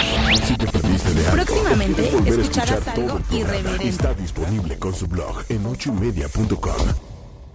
S8: Si te perdiste de algo,
S1: Próximamente
S8: puedes volver a
S1: escucharás
S8: escuchar
S1: algo
S8: todo el programa.
S1: irreverente.
S8: Está disponible con su blog en ochoymedia.com